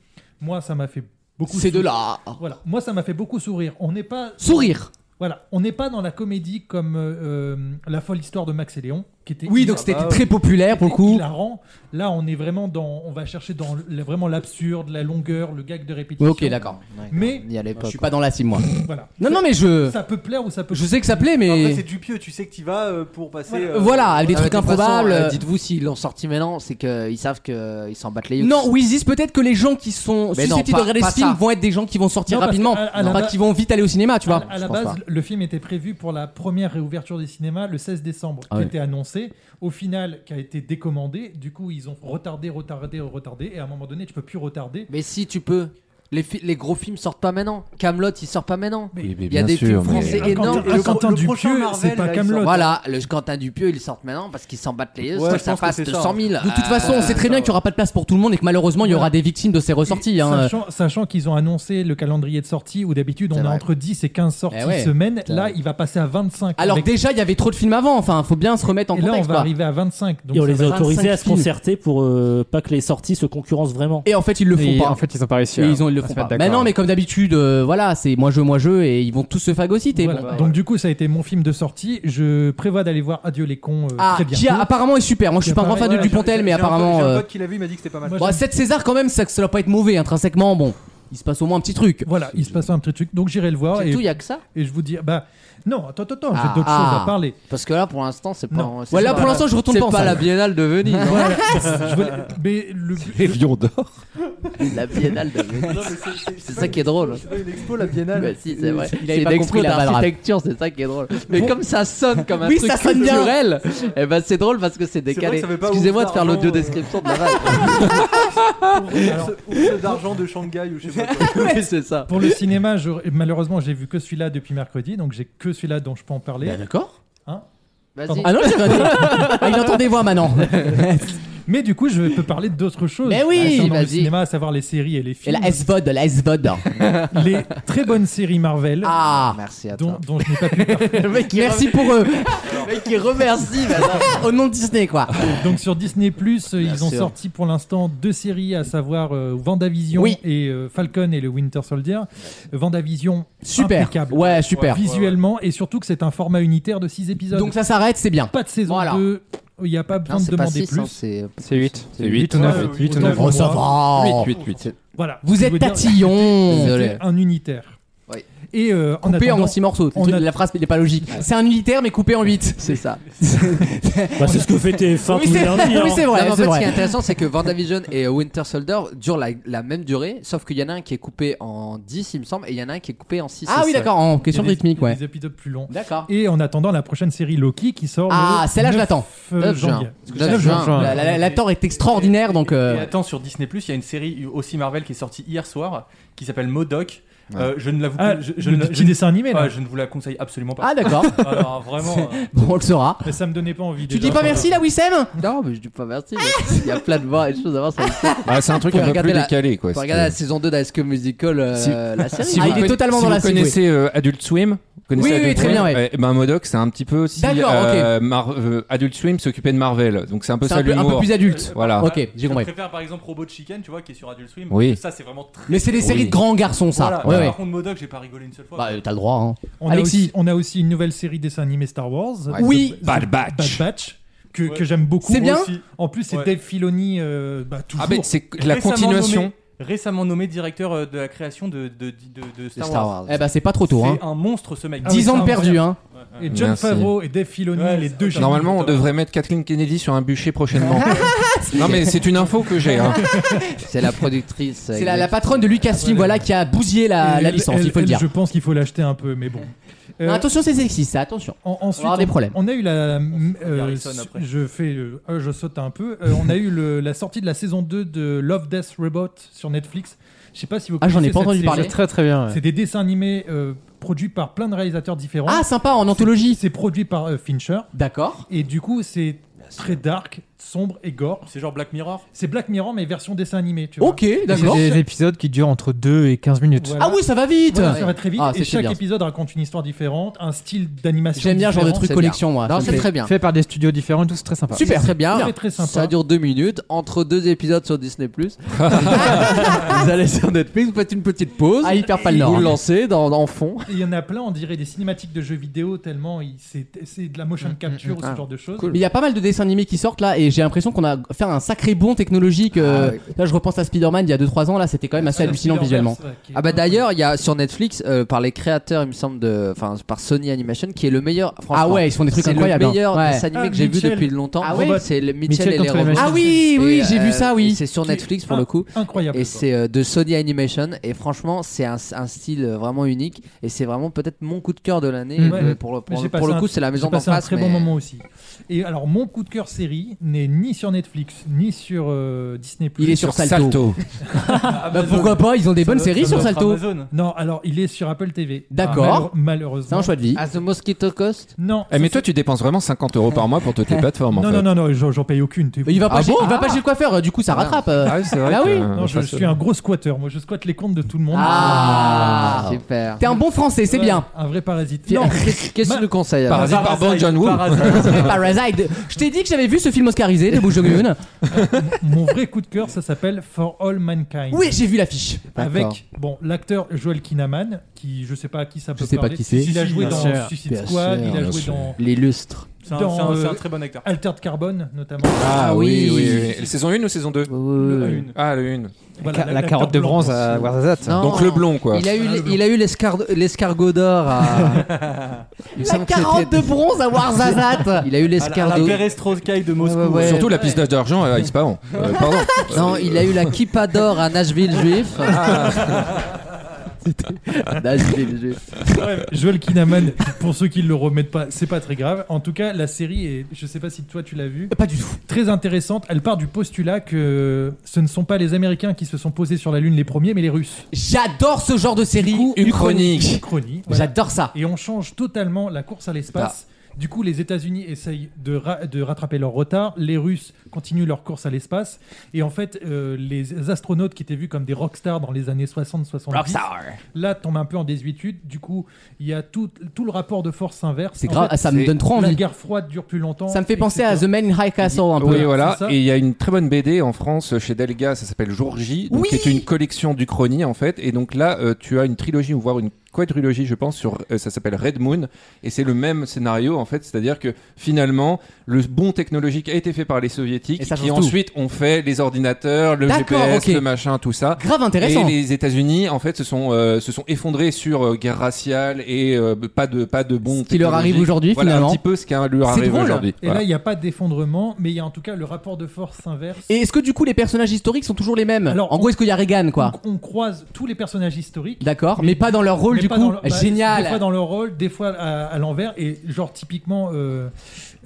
S5: Moi ça m'a fait beaucoup.
S3: C'est de
S5: sourire.
S3: là.
S5: Voilà. Moi ça m'a fait beaucoup sourire. On n'est pas
S3: Sourire.
S5: voilà, on n'est pas dans la comédie comme euh, euh, la folle histoire de Max et Léon, qui était
S3: Oui donc c'était
S8: bah,
S3: très populaire pour le coup.
S5: hilarant. Là on est vraiment dans, on va chercher dans le- vraiment l'absurde, la longueur, le gag de répétition.
S3: Ok d'accord.
S5: Mais
S4: Il y allait
S3: Je
S4: pas.
S3: suis pas dans la cible moi.
S5: voilà.
S3: Non non mais je
S5: ça peut plaire ou ça peut
S3: je sais que ça plaît
S8: Après, c'est
S3: mais
S8: du pieux, tu sais que tu vas euh, pour passer.
S5: Voilà.
S8: euh,
S3: voilà avec des
S4: Ah, mais
S3: trucs
S4: de toute façon,
S3: improbables.
S4: euh, Dites-vous s'ils l'ont sorti maintenant, c'est qu'ils savent qu'ils s'en battent les yeux.
S3: Non, ou ils disent peut-être que les gens qui sont
S4: Mais non,
S3: susceptibles
S4: pas-
S3: de regarder
S4: pas
S3: ce film
S4: ça.
S3: vont être des gens qui vont sortir
S5: Non, parce
S3: rapidement,
S5: qu'à- à la
S3: pas
S5: base-
S3: qui vont vite aller au cinéma, tu vois.
S5: À, à la
S4: je pense
S5: base, le film était prévu pour la première réouverture des cinémas le 16 décembre,
S3: Ah
S5: qui
S3: ouais.
S5: était annoncé. Au final, qui a été décommandé. Du coup, ils ont retardé, retardé, retardé. Et à un moment donné, tu peux plus retarder.
S4: Mais si tu peux. Les, fi- les gros films sortent pas maintenant. Camelot, il sort pas maintenant.
S7: Il
S4: Il y a des films français
S5: Un
S4: énormes.
S5: Quentin- un
S8: le-
S5: Quentin
S8: le prochain
S5: Dupieux,
S8: Marvel,
S5: c'est pas
S8: là, il sort.
S5: Camelot.
S4: Voilà, le Quentin Dupieux, ils sortent maintenant parce qu'ils s'en battent les yeux.
S8: Ouais,
S4: ça,
S8: je pense que
S4: passe
S8: c'est ça.
S4: 200 000.
S3: De toute façon,
S4: Euh,
S3: on sait très bien qu'il n'y aura pas de place pour tout le monde et que malheureusement, il y aura
S5: Voilà.
S3: des victimes de ces ressorties. hein.
S5: Sachant, sachant qu'ils ont annoncé le calendrier de sortie où d'habitude on
S4: C'est
S5: a
S4: vrai.
S5: entre 10 et 15 sorties
S3: Eh ouais.
S5: semaine,
S4: Putain.
S5: là il va passer à 25.
S3: Alors
S5: avec-
S3: déjà, il y avait trop de films avant, enfin, faut bien se remettre en
S5: et là on
S3: contexte.
S5: va
S3: quoi.
S5: arriver à 25. Donc
S2: Et on
S5: ça
S2: les
S5: va-
S2: a
S3: 25
S2: autorisés à se
S3: films.
S2: concerter pour euh, pas que les sorties se concurrencent vraiment.
S3: Et en fait, ils le font
S10: Et
S3: pas.
S10: En fait, ils ont pas réussi.
S3: Et
S10: à-
S3: ils ont, ils le
S10: à se
S3: font
S10: mettre
S3: pas. Mais
S10: d'accord.
S3: non, mais comme d'habitude, euh, voilà, c'est moi je, moi je, et ils vont tous se phagocyter.
S5: Voilà.
S3: Bon.
S5: Donc du coup ça a été mon film de sortie. Je prévois d'aller voir Adieu les cons euh,
S3: Ah,
S5: très bientôt.
S3: qui a- apparemment est super. Moi, je suis
S5: Qui
S3: pas un grand
S5: apparaît-
S3: fan de
S8: Ouais, j'ai-
S3: Dupontel,
S8: j'ai-
S3: mais
S8: j'ai un pote-
S3: apparemment.
S8: J'ai un
S3: euh,
S8: pote qui l'a vu, il m'a dit que c'était pas mal.
S5: Moi,
S3: Bon, 7 César quand même, ça, ça doit pas être mauvais intrinsèquement. Bon, il se passe au moins un petit truc.
S10: Oh,
S5: Voilà, il se passe un petit truc. Donc j'irai le voir
S4: C'est
S5: et,
S4: tout, il y a que ça.
S5: et je vous dis bah non, attends, attends, attends,
S4: Ah,
S5: j'ai d'autres
S4: ah.
S5: choses à parler.
S4: Parce que là, pour l'instant, c'est pas.
S5: Non.
S4: c'est
S3: Voilà,
S4: pas
S3: pour
S4: la-
S3: l'instant, je retourne
S4: C'est
S3: pas en
S4: pas la
S3: salle.
S4: Biennale de Venise. hein.
S5: Je voulais- mais le
S7: Les lions d'or.
S4: la Biennale de Venise. C'est ça qui est drôle.
S8: C'est pas une expo, la biennale.
S4: Bah si, c'est vrai.
S3: Il avait
S4: C'est
S3: pas
S4: une expo
S3: compris la balle rap.
S4: d'architecture, c'est ça qui est drôle. Mais comme ça sonne comme un
S3: Oui,
S4: truc
S3: ça sonne bien.
S4: culturel, eh ben c'est drôle parce que c'est
S8: vrai que
S4: décalé.
S8: ça fait pas
S4: Excusez-moi
S8: ouf
S4: de faire
S8: d'argent,
S4: l'audio
S8: euh.
S4: description de la balle.
S5: Alors,
S8: Ours- ours d'argent de Shanghai ou je sais pas quoi.
S4: Oui, c'est ça.
S5: pour le cinéma, je, malheureusement, j'ai vu que celui-là depuis mercredi, donc j'ai que celui-là dont je peux en parler.
S3: Bah, D'accord.
S4: Vas-y.
S3: Ah non, j'ai rien dit. Ah, il entend des voix maintenant.
S5: Mais du coup, je peux parler d'autres choses.
S3: Mais oui,
S5: concernant le
S4: vas-y.
S5: cinéma, à savoir les séries et les
S3: Et
S5: films.
S3: la SVOD, la SVOD.
S5: les très bonnes séries Marvel,
S3: Ah,
S4: Merci à
S5: dont,
S4: toi.
S5: dont je n'ai pas pu parler.
S3: merci pour eux.
S4: Le mec qui remercie. maintenant.
S3: Au nom de Disney, quoi.
S5: Donc sur Disney Plus, ils ont
S4: sûr.
S5: sorti pour l'instant deux séries, à savoir euh, WandaVision
S3: Oui.
S5: et euh, Falcon et le Winter Soldier. WandaVision,
S3: Super.
S5: impeccable.
S3: Ouais, super.
S5: visuellement et surtout que c'est un format unitaire de 6 épisodes.
S3: Donc ça s'arrête, c'est bien.
S5: pas de saison
S3: Voilà.
S5: 2, il n'y a pas besoin
S4: Non,
S5: de
S4: c'est pas
S5: demander
S3: hein.
S4: 6,
S5: plus.
S4: c'est euh,
S10: C'est 8.
S7: C'est euh, 8 ou
S8: 9.
S5: Huit ou neuf
S3: Oh, ça
S5: mois.
S3: va.
S7: 8, 8, 8.
S5: Voilà.
S3: Vous
S5: Je
S3: êtes
S5: veux dire,
S3: tatillon.
S4: Désolé.
S5: c'était un unitaire.
S4: Oui.
S5: Et euh, en
S3: Coupé en,
S5: attendant-
S3: six morceaux. Le
S5: on
S3: truc,
S5: a-
S3: La phrase n'est pas logique. C'est un unitaire mais coupé en 8.
S4: C'est ça.
S2: Bah, c'est ce que fait TF1
S3: Oui,
S2: tous les
S3: c'est-
S2: lundis.
S3: oui,
S2: hein.
S3: c'est vrai.
S4: Non, mais en
S3: c'est
S4: fait,
S3: vrai.
S4: ce qui est intéressant, c'est que WandaVision et euh, Winter Soldier durent la, la même durée, sauf qu'il y en a un qui est coupé en 10, il me semble, et il y en a un qui est coupé en 6.
S3: Ah oui, d'accord, en question de
S5: Il y a des-
S3: rythmique,
S5: il y a
S3: ouais.
S5: Des épisodes plus longs.
S3: D'accord.
S5: Et en attendant la prochaine série Loki qui sort.
S3: Ah,
S5: le
S3: celle-là, je
S5: 9,
S3: l'attends.
S5: euh,
S4: 9 juin.
S5: janvier.
S4: Parce que là,
S5: 9
S4: juin.
S5: juin.
S3: La, la, la- la tort est extraordinaire, donc.
S6: Et
S3: euh,
S6: attends, sur Disney Plus, il y a une série aussi Marvel qui est sortie hier soir qui s'appelle Modoc. Euh, je ne l'avoue
S5: Ah,
S6: je,
S5: je
S6: je
S5: le
S6: ne-
S5: petit
S6: je ne-
S5: dessin animé là.
S6: Ah, je ne vous la conseille absolument pas.
S3: Ah, d'accord.
S6: Alors, vraiment. euh,
S3: Bon, on le saura.
S5: Mais ça me donnait pas envie.
S3: Tu
S5: déjà.
S3: dis pas merci là, Wissem
S4: Non, mais je dis pas merci. mais Il y a plein de voix et de choses à voir. ça-
S9: Ah, c'est un truc
S4: Faut
S9: un peu
S4: regarder
S9: plus
S4: la-
S9: décalé, quoi.
S4: Faut
S9: c'est-
S4: regarder la saison 2 d'High School Musical, euh,
S9: Si-
S4: la série.
S9: Si
S3: Ah,
S9: vous
S3: il est
S9: conna-
S3: totalement
S9: si
S3: dans
S9: vous
S3: la cible,
S9: connaissez euh, Adult Swim vous connaissez
S3: Oui, oui,
S9: Adult
S3: très bien,
S9: Swim
S3: ouais.
S9: Eh ben, Modoc, c'est un petit peu aussi.
S3: D'accord,
S9: euh, Mar- euh, Adult Swim s'occupait de Marvel, donc c'est un peu
S3: C'est
S9: ça
S3: un peu, un peu
S9: l'humour.
S3: plus adulte.
S9: Voilà.
S3: Ok, j'ai
S6: je
S3: compris.
S6: préfère par exemple Robot Chicken, tu vois, qui est sur Adult Swim.
S9: Oui.
S6: Ça, c'est vraiment très.
S3: Mais c'est des séries de grands garçons, ça.
S6: Voilà.
S3: Ouais, ouais.
S6: Par contre, Modoc, j'ai pas rigolé une seule fois.
S3: Bah, euh, t'as le droit, hein.
S5: On a,
S3: Alexis.
S5: aussi, on a aussi une nouvelle série dessin animé Star Wars.
S9: Ouais.
S3: Oui.
S9: Bad
S5: Bad
S9: Batch.
S5: Batch. Que, que
S6: Ouais.
S5: j'aime beaucoup.
S3: C'est bien
S6: Aussi.
S5: En plus, c'est
S6: Ouais.
S5: Dave Filoni. euh, bah,
S3: Oh,
S5: toujours.
S9: Ah, ben, c'est la
S6: Récemment
S9: continuation.
S6: nommé- récemment nommé directeur euh, de la création de, de, de, de Star,
S4: Star
S6: Wars.
S4: Wars.
S3: Eh bah, c'est pas trop
S6: C'est
S3: tôt, hein.
S6: un monstre ce mec.
S5: Ah oui,
S3: 10 ans
S5: c'est
S3: de perdu, hein.
S5: Et John
S9: Merci.
S5: Favreau et Dave Filoni,
S6: Ouais,
S5: les
S6: c'est-
S5: deux génies.
S9: Normalement, on devrait mettre Kathleen Kennedy sur un bûcher prochainement. non, mais c'est une info que j'ai. hein.
S4: C'est la productrice.
S3: C'est la, la patronne de Lucasfilm, voilà, qui a bousillé la,
S5: Et
S3: la
S5: elle-
S3: licence,
S5: elle-
S3: il faut le
S5: elle,
S3: dire.
S5: Je pense qu'il faut l'acheter un peu, mais bon. Euh,
S3: Non, attention, c'est sexiste, ça, attention.
S5: En- ensuite,
S3: avoir des problèmes.
S5: on a eu la. euh,
S6: Harrison,
S5: su-
S6: après.
S5: je fais, euh, euh, je saute un peu. Euh, on a eu le- la sortie de la saison 2 de Love Death Robot sur Netflix. Je sais pas si vous.
S3: Ah, j'en ai
S5: connaissez
S3: pas
S5: cette
S3: entendu
S5: série.
S3: parler.
S10: C'est très très bien. ouais.
S5: C'est des dessins animés euh, produits par plein de réalisateurs différents.
S3: Ah, sympa, en anthologie.
S5: C'est produit par euh, Fincher
S3: D'accord.
S5: et du coup c'est très dark, sombre et gore.
S6: C'est genre Black Mirror.
S5: C'est Black Mirror mais version dessin animé. Tu vois.
S3: Ok,
S10: C'est
S3: d'accord.
S10: des épisodes qui durent entre 2 et 15 minutes.
S5: Voilà.
S3: Ah oui, ça va vite.
S5: Voilà, ça va très vite
S3: Ah,
S5: et
S3: c'est
S5: chaque
S3: bien.
S5: épisode raconte une histoire différente, un style d'animation.
S3: J'aime bien ce genre de
S5: différent.
S3: truc
S4: c'est
S3: collection, moi.
S4: Non,
S3: ça me
S4: c'est
S3: plaît.
S4: très bien.
S10: Fait par des studios différents et tout, c'est très sympa.
S3: Super.
S4: Très bien.
S5: Très, très sympa.
S4: Ça dure deux minutes entre deux épisodes sur Disney+. vous allez sur Netflix, vous faites une petite pause.
S3: Ah, hyper pas le
S4: vous
S3: nord.
S4: le
S3: hein.
S4: lancez dans, dans le fond.
S5: Et Il y en a plein, on dirait des cinématiques de jeux vidéo tellement il- c'est c'est de la motion capture ou ce
S4: Ah,
S5: genre de choses.
S4: cool.
S3: Mais il y a pas mal de dessins animés qui sortent là et j'ai l'impression qu'on a fait un sacré bond technologique. euh,
S4: Ah, ouais.
S3: Là, je repense à Spider-Man il y a 2-3 ans, là, c'était quand même assez
S5: Ah,
S3: hallucinant
S5: Spider-Verse,
S3: visuellement.
S5: ouais, qui est
S4: Ah bah
S5: incroyable.
S4: d'ailleurs, il y a sur Netflix euh, par les créateurs, il me semble de enfin par Sony Animation qui est le meilleur franchement.
S3: Ah ouais, ils font des trucs
S4: c'est
S3: incroyables.
S4: le
S3: hein.
S4: meilleur
S3: Ouais.
S4: dessin animé
S5: Ah,
S4: que j'ai vu
S5: Mitchell.
S4: depuis longtemps.
S3: Ah ouais
S4: c'est le Mitchell,
S10: Mitchell
S4: et les
S10: contre les
S4: robots.
S3: Ah oui, oui,
S4: Et,
S3: j'ai vu
S4: euh,
S3: ça,
S4: et
S3: oui.
S4: C'est sur
S5: Qui est
S4: Netflix pour
S5: in-
S4: le coup.
S5: Incroyable.
S4: Et c'est euh, de Sony Animation et franchement c'est un, un style euh, vraiment unique et c'est vraiment peut-être mon coup de cœur de l'année
S5: Mhm.
S4: euh,
S5: Ouais.
S4: pour le,
S5: Mais
S4: pour,
S5: j'ai
S4: le-
S5: passé
S4: pour le
S5: un-
S4: coup c'est la maison
S5: J'ai
S4: d'en
S5: passé un
S4: face
S5: très
S4: mais-
S5: bon moment aussi. Et alors mon coup de cœur série n'est ni sur Netflix ni sur euh, Disney+.
S3: Il est sur Salto.
S9: Salto. Eh,
S3: Bah, pourquoi pas Ils ont des bonnes séries sur Salto.
S6: Amazon.
S5: Non, alors il est sur Apple TV.
S3: D'accord.
S5: Malheure- malheureusement.
S3: C'est un choix de vie.
S4: À Ah, The Mosquito Coast
S5: Non.
S9: Eh, mais toi, tu dépenses vraiment 50 euros par mois pour toutes les plateformes. en
S5: non, non,
S9: fait.
S5: non, non, j'en j'en paye aucune. t'es fou.
S3: Il va pas
S4: Ah
S3: chez
S4: bon
S3: il va pas chez le coiffeur, euh, du coup, ça rattrape. euh.
S9: Ah oui, c'est vrai.
S3: Bah
S9: que,
S3: oui.
S9: euh,
S5: Non, je,
S9: ça
S5: je
S9: se-
S5: suis un gros squatter. Moi, je squatte les comptes de tout le monde.
S3: Ah.
S4: Super.
S3: T'es un bon français, c'est
S5: Ouais,
S3: bien.
S5: Un vrai parasite.
S4: Tiens,
S5: Non,
S4: Qu'est-ce qu'est-ce que
S5: Ma-
S4: tu nous conseilles alors
S9: Parasite par Bong Joon-ho.
S3: Parasite. Je t'ai dit que j'avais vu ce film oscarisé de Bong Joon-ho.
S5: mon vrai coup de cœur, ça s'appelle For All Mankind.
S3: Oui, j'ai vu l'affiche.
S4: D'accord.
S5: Avec bon l'acteur Joel Kinnaman, qui je sais pas à qui ça peut
S3: sais pas
S5: parler.
S3: qui c'est.
S5: Il a
S10: Si,
S5: joué
S10: bien
S5: dans
S10: sûr.
S5: Suicide
S4: Bien
S5: Squad,
S4: sûr,
S5: il a
S9: bien
S5: joué
S9: sûr.
S5: dans
S4: L'illustre.
S6: C'est un,
S5: Dans,
S6: c'est un- c'est
S5: euh,
S6: un très bon acteur.
S5: Altered Carbone notamment.
S9: Ah oui,
S4: oui.
S9: oui, oui. Saison 1 ou saison 2
S5: Une.
S9: Ah, le 1.
S5: Voilà,
S10: Ca- la,
S5: l'acteur
S10: carotte de
S5: blanc
S10: bronze
S5: aussi.
S10: à Warzazat.
S4: Non.
S9: Donc le blond,
S3: Bah.
S9: quoi.
S4: Il a eu,
S5: Ah, le
S4: il a eu l'escar- l'escargot d'or à. Il
S3: La
S4: me semble que c'était-
S3: carotte de bronze à Warzazat.
S4: Il a eu
S6: À la, à la
S4: l'escargot.
S6: Perestroïka de Moscou.
S4: Ouais, ouais, ouais.
S9: Surtout la piste d'âge d'argent à Ispahan. Euh, pardon.
S4: Non, il a eu la kippa d'or à Nashville juif. Nashville juif.
S5: Ouais, Joel Kinnaman, pour ceux qui le remettent pas, c'est pas très grave. En tout cas, la série est, je sais pas si toi tu l'as vue,
S3: Pas du tout.
S5: très intéressante. Elle part du postulat que ce ne sont pas les Américains qui se sont posés sur la Lune les premiers, mais les Russes.
S3: J'adore ce genre de série.
S9: Uchronique.
S5: Chronie. voilà.
S3: J'adore ça.
S5: Et on change totalement la course à l'espace. Du coup, les États-Unis essayent de, ra- de rattraper leur retard. Les Russes continuent leur course à l'espace. Et en fait, euh, les astronautes qui étaient vus comme des rockstars dans les années 60-70, là, tombent un peu en désuétude. Du coup, il y a tout, tout le rapport de force inverse.
S3: C'est
S5: En
S3: grave,
S5: fait,
S3: ah, ça me
S9: c'est
S3: donne trop
S5: la
S3: envie.
S5: guerre froide dure plus longtemps.
S3: Ça me fait penser
S5: etc.
S3: à The Man in High Castle un peu.
S9: Oui, voilà.
S5: c'est ça.
S9: Et il y a une très bonne BD en France chez Delga, ça s'appelle Jour J, donc,
S3: Oui.
S9: qui est une collection du chrony en fait. Et donc là, euh, tu as une trilogie, ou voire une quadrilogie, je pense, sur euh, ça s'appelle Red Moon, et c'est le même scénario en fait. C'est-à-dire que finalement, le bon technologique a été fait par les soviétiques
S3: Et ça
S9: qui
S3: change tout.
S9: ensuite ont fait les ordinateurs, le
S3: D'accord,
S9: GPS,
S3: ok.
S9: le machin, tout ça.
S3: Grave intéressant.
S9: Et les États-Unis, en fait, se sont, euh, se sont effondrés sur euh, guerre raciale et euh, pas de, pas de bon
S3: Ce qui leur
S9: technologique.
S3: arrive aujourd'hui,
S9: Voilà,
S3: finalement.
S9: un petit peu ce qui leur arrive aujourd'hui.
S5: Et
S9: Voilà.
S5: là, il n'y a pas d'effondrement, mais il y a en tout cas le rapport de force s'inverse.
S3: Et est-ce que du coup les personnages historiques sont toujours les mêmes En gros, est-ce qu'il y a Reagan quoi
S5: On croise tous les personnages historiques.
S3: D'accord, mais, pas dans leur rôle
S5: mais
S3: du
S5: pas
S3: coup.
S5: dans leur- bah,
S3: Génial.
S5: Des fois dans leur rôle, des fois à, à l'envers. Et genre, typiquement, euh,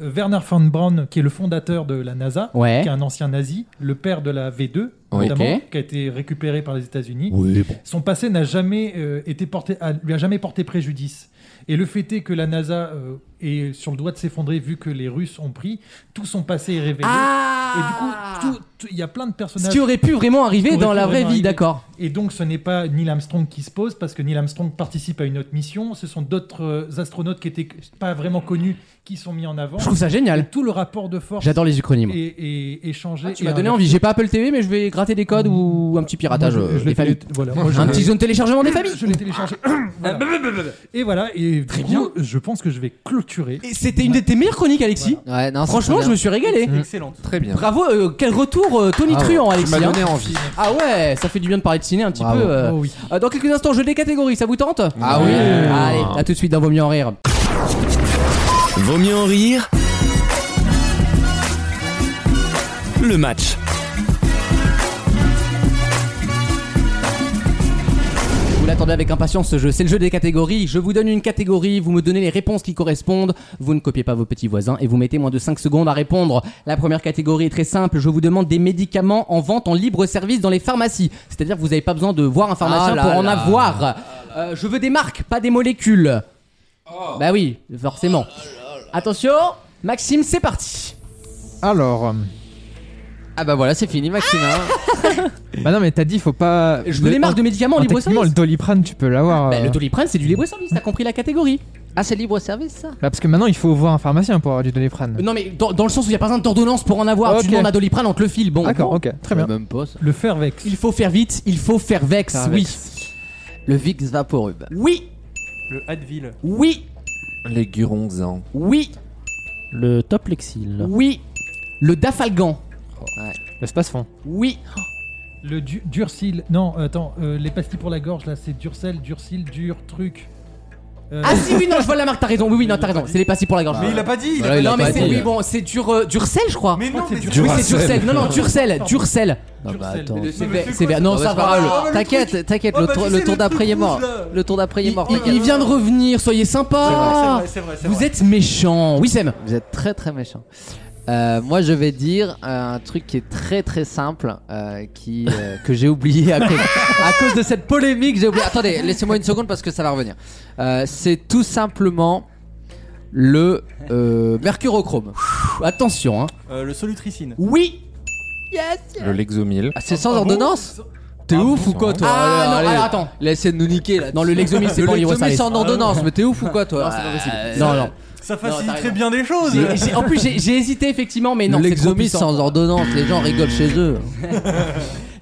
S5: euh, Werner von Braun, qui est le fondateur de la NASA,
S3: Ouais.
S5: qui est un ancien nazi, le père de la V2,
S3: Oui.
S5: notamment,
S3: Ok.
S5: qui a été récupéré par les États-Unis.
S3: Oui, bon.
S5: Son passé n'a jamais euh, été porté, a- lui a jamais porté préjudice. Et le fait est que la NASA euh, est sur le doigt de s'effondrer vu que les Russes ont pris, tout son passé est révélé.
S3: Ah.
S5: et du coup, tout- tout- il y a plein de personnages.
S3: Ce qui aurait pu vraiment arriver
S5: Aurait
S3: dans
S5: pu
S3: la vraie
S5: vraiment
S3: vie,
S5: arriver.
S3: d'accord.
S5: Et donc, ce n'est pas Neil Armstrong qui se pose, parce que Neil Armstrong participe à une autre mission. Ce sont d'autres euh, astronautes qui étaient pas vraiment connus qui sont mis en avant.
S3: Je trouve ça génial.
S5: Et tout le rapport de force.
S3: J'adore les uchronymes.
S5: Et, changé.
S3: Tu m'as donné envie, j'ai pas Apple TV mais je vais gratter des codes ou un petit piratage
S5: Moi, je-
S3: euh,
S5: je l'ai
S3: des familles.
S5: télé- voilà, moi, je
S3: un
S5: l'ai- Ah, bah,
S3: petit zone téléchargement des familles.
S5: Je l'ai téléchargé. Voilà. Et voilà, et du coup, je pense que je vais clôturer.
S3: Et C'était une de tes meilleures chroniques Alexis.
S4: Ouais, non, c'est
S3: Franchement,
S4: très
S3: je
S4: bien.
S3: me suis régalé.
S6: Excellent.
S9: Très bien.
S3: Bravo, euh, quel retour euh, Tony
S4: Ah ouais,
S3: Truant,
S4: tu
S3: Alexis.
S4: m'as donné
S3: hein.
S4: envie.
S3: Ah ouais, ça fait du bien de parler de ciné un petit
S4: Bravo.
S3: peu. euh.
S5: Oh oui.
S3: Euh, dans quelques instants, jeu des catégories, ça vous tente
S4: Ah oui.
S3: Allez, à tout de suite dans Vaut mieux en rire.
S1: Vaut mieux en rire. Le match.
S3: Vous l'attendez avec impatience ce jeu. C'est le jeu des catégories. Je vous donne une catégorie, vous me donnez les réponses qui correspondent. Vous ne copiez pas vos petits voisins et vous mettez moins de 5 secondes à répondre. La première catégorie est très simple. Je vous demande des médicaments en vente en libre service dans les pharmacies. C'est-à-dire que vous n'avez pas besoin de voir un pharmacien
S4: Ah là
S3: pour en
S4: là.
S3: avoir. Euh, je veux des marques, pas des molécules. Bah oui, forcément. Attention, Maxime, c'est parti.
S10: Alors.
S4: Ah bah voilà, c'est fini, Maxime. hein.
S10: Bah non, mais t'as dit, faut pas.
S3: Je veux des marques de médicaments en
S10: Alors,
S3: libre
S10: techniquement,
S3: service.
S10: le doliprane, tu peux l'avoir.
S3: Bah,
S10: euh,
S3: le Doliprane, c'est du libre service. T'as compris la catégorie
S4: Ah, c'est libre service ça
S10: Là, parce que maintenant, il faut voir un pharmacien pour avoir du doliprane.
S3: Euh, Non, mais dans, dans le sens où il n'y a pas besoin d'ordonnance pour en avoir. Tu
S10: Ok.
S3: demandes à Doliprane, on te le file. Bon,
S10: D'accord,
S3: bon.
S10: ok, très bien.
S4: Euh, Même pas ça.
S5: Le Fervex.
S3: Il faut faire vite, il faut faire vex,
S10: Faire
S3: oui.
S4: Le Vix Vaporub.
S3: Oui,
S6: Le Advil.
S3: oui,
S9: Les Guronzans.
S3: oui,
S2: Le top Lexil.
S3: oui. Le dafalgan,
S10: L'espace fond.
S3: oui.
S5: Le du- Durcil. Non, attends, euh, les pastilles pour la gorge, là, c'est Durcel, Durcil, Dur, truc. Euh,
S3: Ah si, oui, non, je vois la marque, t'as raison, oui, oui, non, t'as raison, c'est les passés pour la gorge.
S6: Mais il a pas dit. il a-
S4: Voilà, il a
S3: non,
S4: pas
S3: mais c'est,
S4: été.
S3: oui, bon, c'est dur, euh, Durcel, je crois.
S6: Mais non, mais
S5: c'est
S6: c'est-
S3: oui,
S6: oui,
S3: c'est Durcel, non, non, Durcel, Durcel.
S4: Non, bah
S5: Durcel,
S4: attends.
S5: mais
S3: C'est
S6: mais
S3: ver-
S6: c'est
S3: c'est
S6: quoi,
S3: ver- non,
S4: ça
S3: ça
S4: va,
S3: va.
S4: le-
S3: le-
S4: T'inquiète, t'inquiète,
S6: Oh,
S4: le,
S6: bah,
S4: tour-
S6: si,
S4: le
S6: c'est
S4: tour
S6: le
S4: d'après
S6: truc
S4: il est mort.
S6: rouge, là.
S4: Le tour d'après il est mort,
S3: Il, il
S4: t'inquiète.
S3: vient de revenir, soyez sympa.
S6: c'est vrai, c'est vrai, c'est
S3: Ah.
S6: vrai.
S3: Vous êtes méchant, oui, Sam.
S4: Vous êtes très très méchant. Euh, moi, je vais dire euh, un truc qui est très très simple, euh, qui, euh, que j'ai oublié à cause, à cause de cette polémique. J'ai oublié. Attendez, Eh, laissez-moi une seconde parce que ça va revenir. Euh, c'est tout simplement le euh, mercurochrome.
S3: Pff, Attention, hein.
S6: Euh, le Solutricine.
S3: Oui.
S9: Le Lexomil.
S4: Ah, c'est sans ordonnance T'es ouf ou quoi, toi
S3: Ah, non,
S4: Allez,
S3: alors, attends.
S4: Laissez de nous niquer là.
S3: Non, le Lexomil, c'est
S4: Le
S3: pour livre
S4: Lexomil
S3: service.
S4: sans ordonnance, mais t'es ouf ou quoi, toi
S3: Non, c'est pas possible.
S4: Euh,
S3: Non, non.
S6: Ça
S3: Non, t'as
S6: faciliterait
S3: raison.
S6: bien des choses. Ah
S3: J'ai- j'ai- en plus, j'ai j'ai hésité effectivement, mais non.
S4: le
S3: c'est trop
S4: Lexomil
S3: puissant.
S4: sans ordonnance, les gens rigolent chez eux.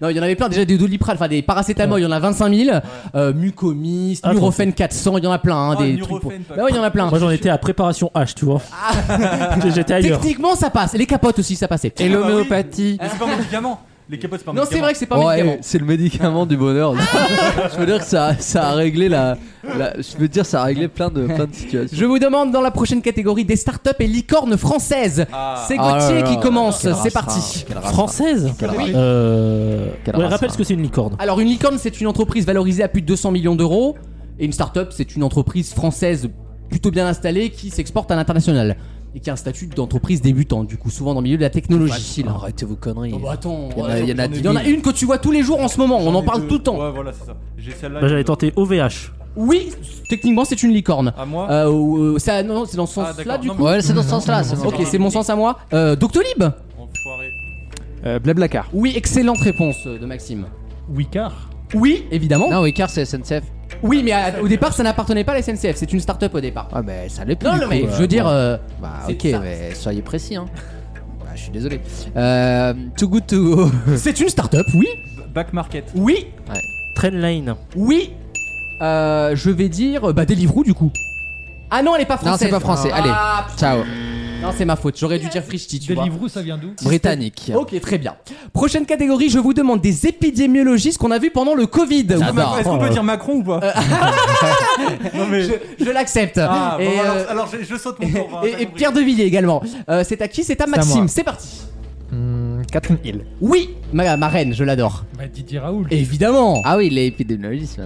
S3: Non, il y en avait plein déjà des doliprane, enfin des paracétamol, il y en a 25 000. Euh, mucomis,
S2: Ah,
S3: Nurofen 400, il y en a plein. hein,
S6: Ah,
S3: des
S6: Nurofen,
S3: trucs pour-
S6: pas-
S3: Bah ouais, il y en a plein. Ah.
S2: Moi j'en étais à préparation H, tu vois. J'étais ailleurs.
S3: Techniquement, ça passe. Les capotes aussi, ça passait.
S9: Et l'homéopathie.
S6: Mais c'est pas un médicament. Les capotes, c'est pas un
S3: Non, c'est vrai que c'est pas un
S4: Oh, Ouais,
S3: médicament.
S4: c'est le médicament du bonheur. je veux dire que ça, ça a réglé la, la- Je veux dire, ça a réglé plein de, plein de situations.
S3: Je vous demande dans la prochaine catégorie des startups et licornes françaises.
S6: Ah.
S3: C'est
S4: Ah là
S3: Gauthier
S4: là
S3: qui
S4: là.
S3: commence,
S4: Quelle
S3: c'est
S4: race,
S3: parti.
S4: hein, quelle race.
S2: Française
S4: race.
S2: Euh.
S4: Quelle
S2: Ouais,
S4: race,
S2: rappelle
S4: hein.
S2: ce que c'est une licorne.
S3: Alors une licorne, c'est une entreprise valorisée à plus de 200 millions d'euros. Et une startup, c'est une entreprise française plutôt bien installée qui s'exporte à l'international. Et qui a un statut d'entreprise débutante, du coup, souvent dans le milieu de la technologie.
S4: Facile, arrêtez vos conneries.
S3: Oh, bah, attends,
S4: Il y en a-
S3: ouais,
S4: il y en a
S3: j'en ai- il y en a
S4: 10 000.
S3: une que tu vois tous les jours en ce moment, on en parle tout le temps.
S6: Ouais, voilà, c'est ça. J'ai celle-là.
S2: Bah, j'avais tenté OVH.
S3: Oui, techniquement c'est une licorne.
S6: À moi
S3: Euh, ou, euh, ça, non, c'est dans ce
S6: Ah,
S3: sens-là
S6: d'accord.
S3: du
S6: Non,
S3: coup.
S4: Ouais, c'est dans ce sens-là. c'est dans ce
S3: Ok,
S6: mais-
S3: c'est mon sens à moi. Euh, Doctolib
S6: Enfoiré.
S10: Euh, Blablacar.
S3: Oui, excellente réponse euh, de Maxime.
S5: Wicard.
S3: Oui, évidemment.
S4: sens-là. Non, Wicard, c'est SNCF.
S3: Oui, mais à- au départ ça n'appartenait pas à la SNCF, c'est une start-up au départ.
S4: Ah, mais ça l'est plus.
S3: Non,
S4: du
S3: non,
S4: coup,
S3: mais
S4: euh,
S3: je veux dire.
S4: bon.
S3: euh,
S4: Bah,
S3: c'est
S4: ok,
S3: ça.
S4: mais soyez précis, hein. Bah, je suis désolé. Euh, too good to go.
S3: c'est une start-up, oui.
S6: B- Back Market.
S3: Oui,
S2: Trendline.
S3: oui. Euh, je vais dire. euh, Bah, Deliveroo du coup. Ah non, elle est pas française.
S4: Non, c'est pas français. Allez,
S3: Ah,
S4: ciao.
S3: Non, c'est ma faute. J'aurais dû dire Frishti, tu vois.
S5: Deliveroo, ça vient d'où
S4: Britannique.
S3: Ok, très bien. Prochaine catégorie, je vous demande des épidémiologistes qu'on a vus pendant le Covid.
S6: Ou Macron- Est-ce qu'on peut dire Macron ou pas Non mais.
S3: Euh. Je, je l'accepte.
S6: Ah, bon,
S3: et,
S6: alors,
S3: euh,
S6: alors, je, je saute mon tour. hein,
S3: et-
S6: t'as
S3: et
S6: compris.
S3: Pierre de Villiers également. Euh, c'est à qui C'est à
S5: à moi.
S3: Maxime. C'est parti.
S10: Catherine Hill.
S3: Oui, ma, ma reine, je l'adore.
S5: Bah, Didier Raoul.
S3: Évidemment.
S4: Ah oui, il est épidémiologiste. là.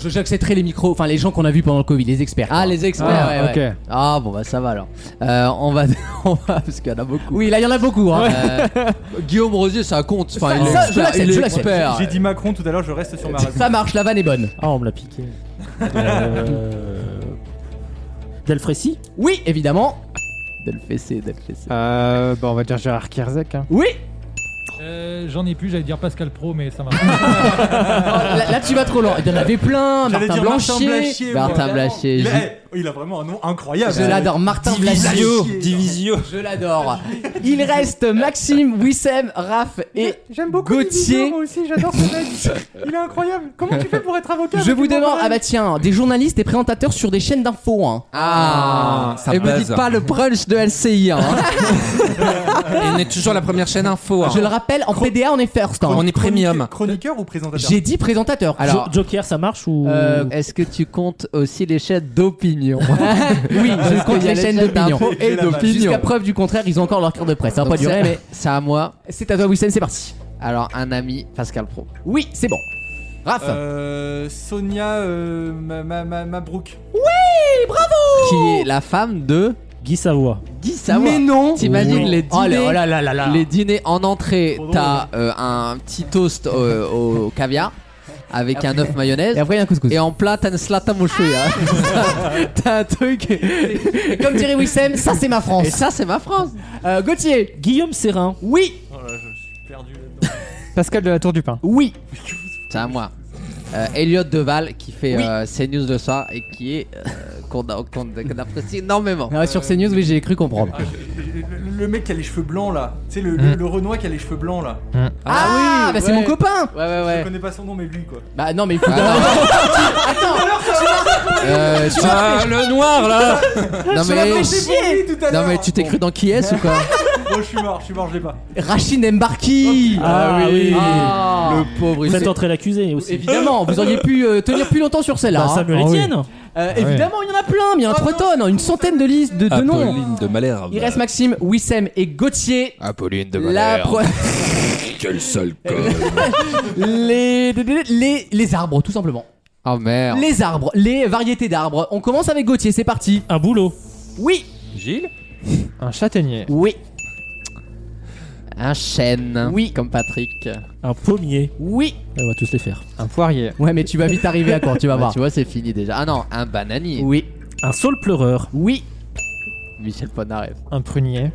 S3: Je- J'accepterai les micros, enfin les gens qu'on a vus pendant le Covid, les experts.
S4: Ah, les experts.
S10: Ah,
S4: ouais, ouais.
S10: ok.
S4: Ah bon, bah ça va alors. Euh, on va, on va, parce qu'il y en a beaucoup.
S3: Oui, là il y en a beaucoup. hein.
S4: Euh, Guillaume Rosier, c'est un compte. Enfin,
S3: Ça-
S4: il est
S3: ça, je
S4: expert,
S3: l'accepte,
S4: il est
S3: je l'accepte.
S4: expert.
S6: J'ai dit Macron tout à l'heure, je reste sur ma réponse.
S3: Ça marche, la vanne est bonne.
S2: Ah, on me l'a piqué. Euh... Delfrécy
S3: Oui, évidemment.
S4: Delphessé, Delphessé.
S10: Euh, bah, on va dire Gérard Kierzek. hein.
S3: Oui.
S5: Euh, J'en ai plus, j'allais dire Pascal Pro, mais ça m'a.
S3: Là, là, tu vas trop loin. Il y en avait plein.
S6: J'allais
S3: Martin
S6: dire Martin
S3: Blanchet.
S6: Blachier.
S4: Martin
S6: moi.
S4: Blachier,
S6: Il,
S4: J-
S6: est- eh, il a vraiment un nom incroyable.
S3: Je l'adore, Martin Blachier.
S7: Divisio,
S6: Blachier.
S7: Divisio.
S3: Je l'adore. Il reste Maxime, Wissem, Raph et
S11: J'aime beaucoup
S3: Gauthier.
S11: Gauthier. Moi aussi, j'adore ce mec. Il est incroyable. Comment tu fais pour être avocat
S3: je
S11: avec
S3: vous
S11: une
S3: demande.
S11: oreille
S3: Ah bah tiens, des journalistes et présentateurs sur des chaînes d'infos. Hein.
S4: Ah,
S7: ça
S4: Et me
S7: buzz.
S4: dites pas le brunch de LCI. Hein.
S7: on est toujours la première chaîne info. hein.
S3: Je le rappelle, en PDA on est first. hein.
S7: On est premium.
S6: Chroniqueur ou présentateur
S3: J'ai dit présentateur.
S4: Alors,
S2: Jo- Joker, ça marche ou
S4: Euh, Est-ce que tu comptes aussi les chaînes d'opinion
S3: oui, je compte les chaînes d'opinion.
S4: d'info et
S3: Jusqu'à
S4: d'opinion.
S3: preuve du contraire, ils ont encore leur carte de presse. Ça va pas
S4: Donc,
S3: durer,
S4: c'est-
S3: mais
S4: C'est à moi.
S3: c'est à toi, Wissem, c'est parti.
S4: Alors, un ami, Pascal Pro.
S3: Oui, c'est bon. Raph.
S6: Euh, Sonia euh, ma, ma, ma- Mabrouk.
S4: Qui est la femme de
S2: Guy Savoie
S4: Guy Savoie.
S3: mais non.
S4: T'imagines les dîners
S3: Oh là là là là là.
S4: Les dîners en entrée, t'as euh, un petit toast euh, au caviar avec un œuf mayonnaise.
S3: Et après il y a un couscous.
S4: Et en plat, t'as une slata mouchouille. hein. t'as un truc.
S3: Et comme dirait Wissem, ça c'est ma France.
S4: Et ça, c'est ma France.
S3: Euh, Gauthier.
S2: Guillaume Serrin.
S3: Oui,
S6: Oh là, je suis perdu là-dedans.
S10: Pascal de la Tour du Pin.
S3: oui.
S4: C'est à moi. Euh, Elliot Deval qui fait
S3: Oui.
S4: euh, CNews le soir et qui est euh, qu'on a- qu'on- qu'on apprécie énormément.
S3: Ah, sur CNews, oui, j'ai cru comprendre.
S6: Ah, j'ai- le- le mec qui a les cheveux blancs là. Tu sais, le, le, le Renoir qui a les cheveux blancs là.
S3: Ah, bah c'est
S4: ouais.
S3: mon copain.
S4: Ouais, ouais,
S6: Je
S4: ouais.
S6: connais pas son nom, mais lui quoi.
S3: Bah non, mais
S2: Ah,
S3: il faut.
S4: Euh, tu-
S7: Ah, le noir là
S4: non,
S3: Tu m'as
S4: mais,
S3: fait chier.
S6: Tout à
S4: non,
S6: l'heure.
S4: mais tu t'es cru dans qui est ou quoi
S6: Oh, je suis mort, je suis mort, je l'ai pas.
S3: Rachid Mbarki.
S2: Ah oui.
S3: Ah.
S4: Le pauvre il
S2: Faites
S4: s'est-
S2: entrer l'accusé aussi.
S3: Évidemment, vous auriez pu euh, tenir plus longtemps sur celle-là.
S2: Bah,
S3: hein.
S2: Samuel Etienne
S3: Euh,
S2: Ah,
S3: évidemment, il y en a plein, mais il y en a trois tonnes, une centaine de listes de, de noms.
S7: Apolline de Malherbe.
S3: Il reste Maxime, Wissem et Gauthier.
S9: Apolline de
S3: La pro-
S9: Quel sale
S3: les, les, les arbres, tout simplement.
S4: Oh merde.
S3: Les arbres, les variétés d'arbres. On commence avec Gauthier, c'est parti.
S2: Un boulot.
S3: Oui,
S7: Gilles
S10: Un châtaignier.
S3: oui,
S4: Un chêne.
S3: Oui.
S4: Comme Patrick.
S2: Un pommier.
S3: oui.
S2: On va tous les faire.
S10: Un poirier.
S3: Ouais, mais tu vas vite arriver à quand tu vas
S4: Ouais,
S3: voir.
S4: tu vois, c'est fini déjà. Ah non, un bananier.
S3: Oui,
S2: Un saule pleureur.
S3: oui,
S4: Michel Ponareff.
S10: Un prunier.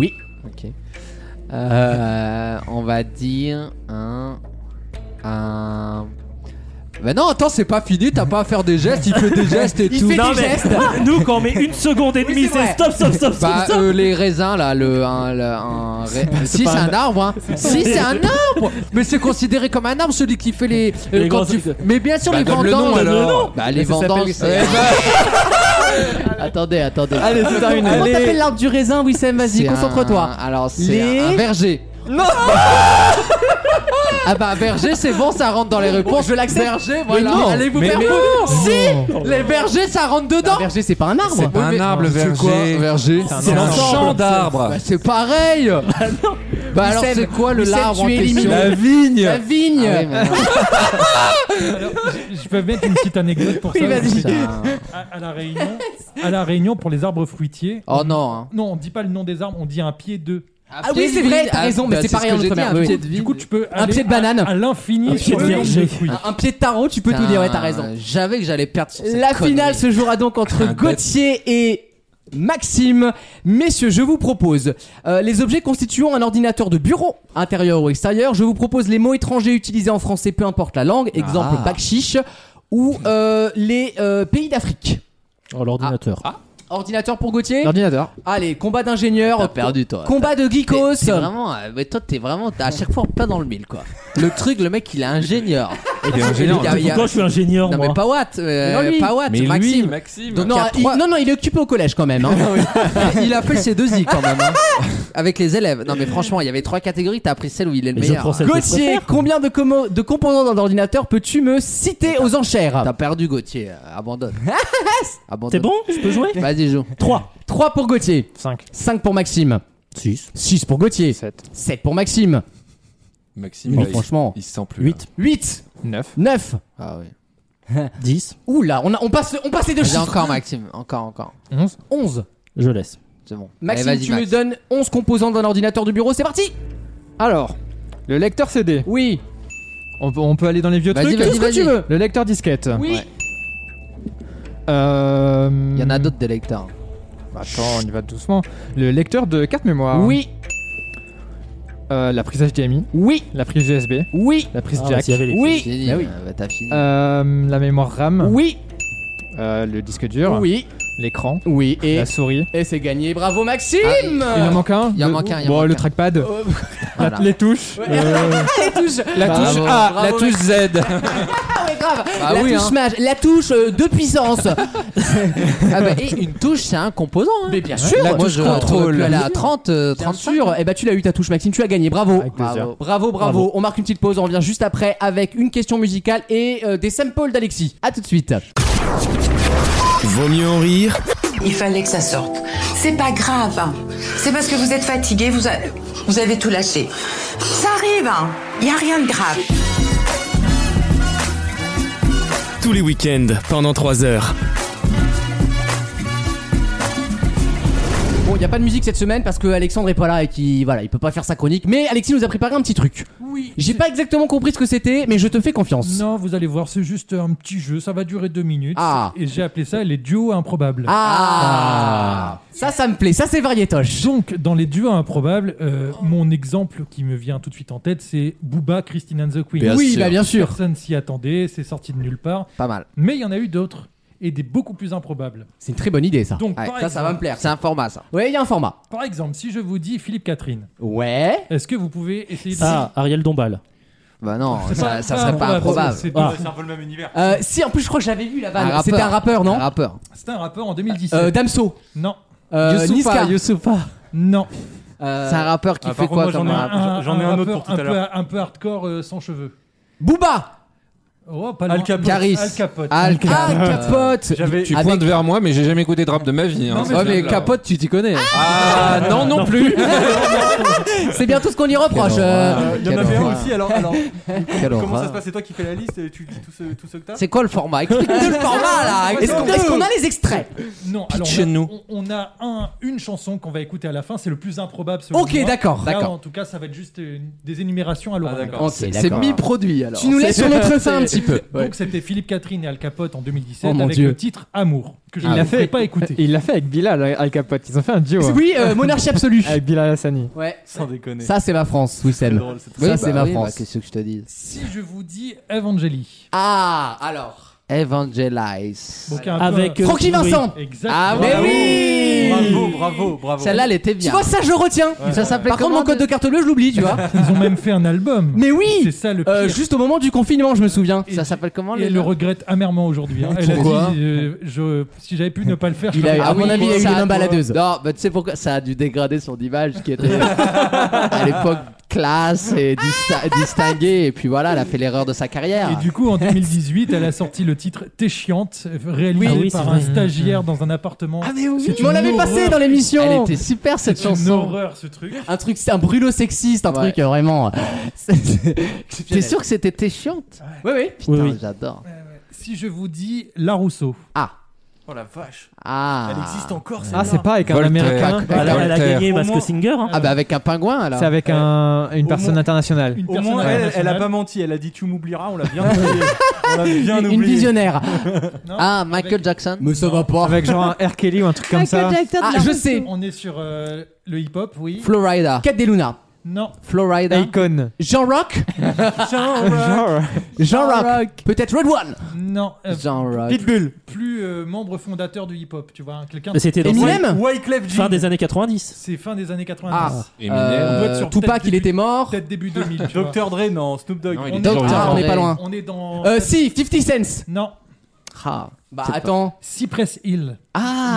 S3: oui.
S4: Ok. Euh, on va dire un. Un. Bah non, attends, c'est pas fini, t'as pas à faire des gestes, il fait des gestes et
S3: Il
S4: tout.
S3: fait
S2: Non,
S3: des
S2: mais-
S3: gestes.
S2: Nous, quand on met une seconde et demie,
S3: c'est vrai.
S2: c'est stop, stop, stop, stop,
S4: Bah,
S2: stop.
S4: euh, les raisins là, le. Un, le- un ré- Si
S2: pas
S4: c'est
S2: un-
S4: un arbre, hein. Si c'est un arbre Mais c'est considéré comme un arbre celui qui fait les. euh,
S2: Les
S4: quand
S2: grands-
S4: tu- Mais bien sûr,
S7: Bah,
S4: les
S7: donne le nom,
S4: vendanges.
S7: alors.
S4: Bah, les
S3: Ça s'appelle-
S4: vendanges. c'est- Attendez, attendez.
S3: Allez, c'est une. Comment t'appelles l'arbre du raisin, Wissem Vas-y,
S4: C'est
S3: concentre-toi.
S4: un- Alors, c'est
S3: Les-
S4: un, un verger. Ah bah, verger, c'est bon, ça rentre dans les réponses. Je l'accepte. Verger, voilà.
S3: non.
S4: Allez vous
S7: Mais-
S4: faire
S7: mais-
S4: foutre. Si Les vergers, ça rentre
S3: Un
S4: dedans.
S3: verger, c'est pas un arbre.
S7: C'est pas un arbre,
S4: C'est quoi,
S7: verger.
S4: verger
S7: C'est un
S3: ensemble.
S7: champ d'arbres.
S4: Bah, c'est pareil. Bah, alors,
S3: Wissem,
S4: c'est quoi le
S3: Wissem,
S4: larbre en
S3: tu es
S4: question
S3: éliminé.
S7: vigne
S3: La vigne.
S4: Ah oui, mais non,
S5: Je peux mettre une petite anecdote pour
S3: Oui,
S5: ça.
S3: vas-y.
S4: c'est un-
S5: À, à la Réunion, à la Réunion pour les arbres fruitiers.
S4: Oh non. hein.
S5: Non, on dit pas le nom des arbres, on dit un pied d'eux.
S3: Ah oui, c'est vrai, t'as raison, mais
S4: bah,
S3: c'est pareil
S4: ce
S3: en
S4: que j'ai
S3: Outre-mer,
S4: dit, un
S3: oui.
S4: pied de
S5: Du
S4: vigne.
S5: coup, tu peux
S3: Un
S5: aller
S3: pied de
S5: à-
S3: banane.
S4: Ah,
S5: À, l'infini
S2: pied
S5: sur
S2: de
S5: le nombre
S2: verger.
S5: de fruits.
S3: Un pied de tarot, tu peux tout dire, ouais, t'as raison.
S4: J'avais que j'allais perdre Ah, sur cette
S3: La finale
S4: connerie. Ah,
S3: se jouera donc entre
S7: Un
S3: Gauthier et Maxime. Messieurs, je vous propose euh, les objets constituant un ordinateur de bureau, intérieur ou extérieur. Je vous propose les mots étrangers utilisés en français, peu importe la langue. Exemple,
S4: Ah.
S3: bakchich ou euh, les euh, pays d'Afrique.
S2: Oh, l'ordinateur.
S3: Ordinateur pour Gauthier.
S10: L'ordinateur.
S3: Allez, combat d'ingénieurs.
S4: Bah, T'as perdu, toi.
S3: Combat de
S4: T'es-
S3: geekos.
S4: Ah, t'es vraiment, euh, mais toi t'es vraiment à chaque fois pas dans le mille quoi. Le truc, le mec il est ingénieur
S9: Il est ingénieur.
S2: Il y a-
S9: Pourquoi je suis ingénieur,
S4: Non,
S9: moi
S4: mais pas Watt, euh,
S3: Mais non, lui.
S4: pas Watt,
S9: Mais lui,
S4: Maxime.
S9: Maxime.
S4: Donc,
S3: non,
S4: il y a
S3: il-
S4: trois-
S3: non, non, il est occupé au collège quand même. hein.
S4: il a fait ses deux i quand même, hein, avec les élèves. Non, mais franchement, il y avait trois catégories. T'as appris celle où il est le
S2: Mais je
S4: meilleur.
S2: prends celle que je
S3: Gauthier,
S2: préfère.
S3: combien de, commo- de composants d'un ordinateur peux-tu me citer aux enchères
S4: T'as perdu Gauthier, euh, abandonne. Abandonne.
S2: T'es bon Je peux jouer
S4: Vas-y, joue.
S2: 3,
S3: 3 pour Gauthier,
S5: 5.
S3: 5 pour Maxime,
S2: 6,
S3: 6 pour Gauthier,
S10: 7,
S3: 7 pour Maxime,
S9: Maxime,
S3: Huit.
S9: là, il-
S3: Franchement.
S9: il se sent plus.
S3: hein.
S2: 8,
S3: 8,
S10: 9.
S3: 9.
S4: Ah oui.
S2: 10,
S3: Oula, on, a- on passe, on passe les deux
S4: Vas-y,
S3: chiffres.
S4: encore Maxime, encore, encore.
S5: 11.
S3: 11.
S2: je laisse.
S4: C'est bon.
S3: Maxime,
S4: Allez, vas-y,
S3: tu
S4: Max.
S3: me donnes 11 composants d'un ordinateur de bureau, c'est parti
S10: Alors, le lecteur CD.
S3: Oui,
S10: On peut, on peut aller dans les vieux
S4: Vas-y,
S10: trucs
S4: vas-y,
S10: Tout ce que
S4: vas-y.
S10: tu veux. Le lecteur disquette.
S3: oui.
S4: Ah, Ouais.
S10: Euh,
S4: Il y en a d'autres des lecteurs. hein.
S10: Attends, on y va doucement. Le lecteur de carte mémoire.
S3: Oui,
S10: Euh, la prise HDMI,
S3: oui,
S10: la prise USB,
S3: oui,
S10: la prise
S2: Ah, bah,
S10: jack.
S2: s'il y avait les-
S3: oui,
S4: Fini,
S3: bah oui.
S4: euh, bah, t'as fini.
S10: Euh, la mémoire RAM,
S3: oui,
S10: euh, le disque dur,
S3: oui,
S10: l'écran,
S3: oui, et, Ah.
S10: la souris.
S3: et c'est gagné. Bravo Maxime
S10: Il en manque un
S4: Ah, il en
S10: Le-
S4: manque un, il en
S10: Bon,
S4: manque
S10: le
S4: un.
S10: trackpad,
S3: Euh,
S10: la-
S4: Voilà. Bah,
S10: les touches. Euh,
S3: Ouais. Les touches.
S7: La touche A,
S4: Bravo.
S7: la
S3: Bravo,
S7: touche Z.
S3: Ah ouais, grave.
S4: Bah
S3: la
S4: oui,
S3: touche
S4: hein.
S3: mage, la touche euh, de puissance.
S4: Ah bah, et une touche, c'est un composant. Hein.
S3: Mais bien sûr,
S4: Là, moi,
S3: touche
S4: je retrouve plus à la 30, euh,
S3: Bien
S4: 30
S3: sûr, et bah tu l'as eu ta touche Maxime, tu as gagné, bravo.
S10: Avec plaisir.
S3: Bravo. bravo, bravo. On marque une petite pause, on revient juste après avec une question musicale et euh, des samples d'Alexis. À tout de suite.
S1: Vaut mieux en rire
S11: Il fallait que ça sorte. C'est pas grave. hein. C'est parce que vous êtes fatigué, vous, a- vous avez tout lâché. Ça arrive. hein. Il n'y a rien de grave.
S1: tous les week-ends pendant 3 heures.
S3: Bon, il n'y a pas de musique cette semaine parce que Alexandre est pas là et qui voilà, il peut pas faire sa chronique, mais Alexis nous a préparé un petit truc.
S5: Oui.
S3: J'ai pas exactement compris ce que c'était, mais je te fais confiance.
S5: Non, vous allez voir, c'est juste un petit jeu. Ça va durer deux minutes.
S3: Ah.
S5: Et j'ai appelé ça les duos improbables.
S3: Ah, Ça, ça me plaît, ça c'est variétoche.
S5: Donc, dans les duos improbables, euh, mon exemple qui me vient tout de suite en tête, c'est Booba, Christine and the Queen.
S9: Bien
S3: oui,
S9: sûr.
S3: bah bien sûr.
S5: Personne s'y attendait, c'est sorti de nulle part.
S4: Pas mal.
S5: Mais il y en a eu d'autres, et des beaucoup plus improbables.
S3: C'est une très bonne idée ça.
S5: Donc, par,
S4: Ouais,
S3: ça,
S5: exemple,
S3: ça va me plaire.
S4: C'est un format, ça.
S3: Ouais, il y a un format.
S5: par exemple, si je vous dis Philippe Catherine,
S3: Ouais.
S5: est-ce que vous pouvez essayer de...
S2: Ah, Ariel Dombal.
S4: Bah non,
S5: C'est
S4: ça,
S5: pas-
S4: ça
S5: pas
S4: serait pas improbable.
S5: c'est-
S2: Ah.
S6: C'est un peu le même univers.
S3: Euh, si, en plus, je crois que j'avais vu la
S4: Un
S3: vanne.
S4: rappeur.
S3: C'était un rappeur, non
S4: Un rappeur.
S5: C'est un rappeur en 2017.
S3: Euh, Damso.
S5: Non,
S3: Euh, Niska.
S5: non.
S3: Euh,
S4: C'est un rappeur qui
S6: Ah, par
S4: fait
S6: contre,
S4: quoi
S6: moi, j'en
S4: comme
S6: ai
S4: rappeur
S6: j'en- j'en ai un autre
S5: rappeur
S6: pour tout à
S5: peu- Un peu hardcore euh, sans cheveux.
S3: Booba.
S5: Oh, pas
S6: Al
S5: loin.
S6: Capote.
S4: Caris.
S5: Al Capote.
S4: Al
S3: Ah,
S4: Capote.
S3: capote.
S6: J'avais.
S9: Tu
S3: Avec-
S9: pointes vers moi, mais j'ai jamais écouté de rap de ma vie. hein.
S5: Non, mais-
S4: Ouais, mais Capote, tu t'y connais.
S9: Ah non, non plus.
S3: C'est bien tout ce qu'on y reproche. euh.
S6: Il y en
S4: Quelle
S6: avait un
S4: horreur.
S6: aussi, alors. alors
S4: Quelle
S6: comment ça
S4: horreur.
S6: se passe C'est toi qui fais la liste et tu dis tout ce, tout ce que t'as
S4: C'est quoi le format Explique-nous le format là
S3: Est-ce qu'on est-ce qu'on a les extraits
S5: Non, alors on a-
S9: Pitchez-nous.
S5: on, on a un, une chanson qu'on va écouter à la fin, c'est le plus improbable selon
S3: Ok,
S5: moi.
S3: d'accord,
S5: Là,
S4: d'accord.
S5: En tout cas, ça va être juste euh, une- des énumérations à
S6: Ah,
S5: l'oral.
S6: d'accord.
S3: Ok,
S4: C'est
S3: d'accord.
S4: mi-produit alors.
S3: Tu nous laisses
S4: C'est-
S3: sur notre fin un petit peu.
S5: Donc c'était Philippe Catherine et Al Capote en 2017
S3: Oh, mon
S5: avec
S3: Dieu. Ah,
S5: le titre Amour que je
S10: Il
S5: ne
S10: l'a
S5: vous ferai
S10: fait.
S5: pas
S4: bah,
S5: écouter.
S10: Il l'a fait avec Bilal euh, Al Capote. Ils ont fait un duo hein,
S3: Oui, euh, monarchie absolue.
S10: avec Bilal Hassani.
S3: Ouais.
S6: Sans déconner.
S3: Ça, c'est ma France,
S6: c'est
S3: Wissem.
S6: drôle. c'est-
S4: Oui,
S3: Ça, c'est
S4: bah
S3: ma
S4: oui, bah,
S3: France.
S4: Qu'est-ce que je te dis
S5: Si je vous dis Evangélie.
S3: Ah, alors.
S4: Evangelize.
S5: Donc, un peu-
S2: Avec. euh,
S3: Francky Vincent.
S5: Exactement.
S4: Ah
S3: Mais
S4: Bravo.
S3: oui
S6: Bravo, bravo, bravo.
S4: Celle-là, elle était
S3: Tu
S4: bien.
S3: vois, ça, je retiens.
S4: Ça s'appelait
S3: Par contre,
S4: comment,
S3: mon code
S4: de-
S3: de carte bleue, je l'oublie, tu vois.
S5: Ils ont même fait un album.
S3: Mais oui
S5: C'est ça le pire.
S3: Euh, Juste au moment du confinement, je me souviens.
S5: Et-
S4: Ça s'appelle
S6: Oh,
S4: comment
S5: Et elle le regrette amèrement aujourd'hui. hein. Elle a
S4: Pourquoi
S5: dit, euh, je- si j'avais pu ne pas le faire, je
S3: Il
S5: l'aurais
S3: a-
S5: fait.
S3: à mon avis, il y a eu
S4: Ah ça
S3: les mains baladeuses.
S4: Non, mais tu sais pourquoi Ça a dû dégrader son image qui était euh, à l'époque classe et dista- distinguée. Et puis voilà, elle a fait l'erreur de sa
S5: Et
S4: carrière.
S5: du coup, en 2018, elle a réalisé le titre T'es chiante, réalisé
S2: Oui, oui,
S5: par
S2: c'est
S5: un
S2: vrai.
S5: stagiaire dans un appartement.
S4: Ah,
S3: Ah, Mais on l'avait passé dans
S4: Elle
S3: l'émission.
S4: était super cette
S5: C'est une
S4: chanson.
S5: horreur ce truc.
S3: Un truc, c'est un brûlot sexiste, un
S4: Ouais.
S3: truc euh, vraiment.
S4: T'es sûr que c'était t'es chiante
S3: Oui, oui.
S4: Putain,
S2: oui.
S4: j'adore.
S5: Si je vous dis La Rousseau,
S6: Oh la vache.
S4: Ah.
S6: Elle existe encore, celle-là.
S10: Ah, c'est pas avec un
S9: Voltaire.
S10: américain.
S4: Ah,
S2: Alors, elle a
S9: Voltaire.
S2: gagné parce
S6: Au moins-
S2: que Singer. hein.
S4: Ah, bah avec un pingouin alors.
S10: C'est avec un, une
S6: Au
S10: personne
S6: moins-
S10: internationale.
S5: une
S6: Au
S5: personne
S6: moins, elle, elle a
S5: internationale.
S6: pas menti. Elle a dit tu m'oublieras. On l'a bien oublié. On l'a bien
S3: Une
S6: oublié.
S3: visionnaire.
S4: Ah, Michael Jackson.
S3: Mais ça va pas.
S10: Avec genre un R. Kelly ou un truc comme ça.
S3: Ah, je sais.
S5: On est sur euh, le hip-hop, oui.
S4: Florida.
S3: Cat Deluna.
S5: Non.
S4: Florida.
S10: Icon.
S3: Jean Rock
S5: Jean Rock.
S3: Jean Rock. Peut-être Red One
S5: Non. euh,
S4: Jean Rock.
S2: Pitbull.
S5: Plus euh, membre fondateur du hip-hop, tu vois, hein, quelqu'un.
S2: Mais c'était dans
S3: Eminem
S5: Wyclef Jean.
S2: Fin des années 90.
S5: C'est fin des années 90.
S4: Ah.
S9: Eminem.
S5: On doit être sur
S3: Euh, Tupac,
S5: peut-être
S3: il
S5: début-
S3: était mort.
S5: Peut-être début 2000. tu vois.
S6: Dr. Dre, non, Snoop Dogg.
S9: Non,
S6: On
S9: il est
S6: est-
S9: toujours
S3: Docteur,
S9: vivant.
S3: on est pas loin.
S5: On est dans.
S3: Euh, si, 50 Cents.
S5: Non.
S4: Ah.
S3: Bah
S4: C'est pas-
S3: attends.
S5: Cypress Hill.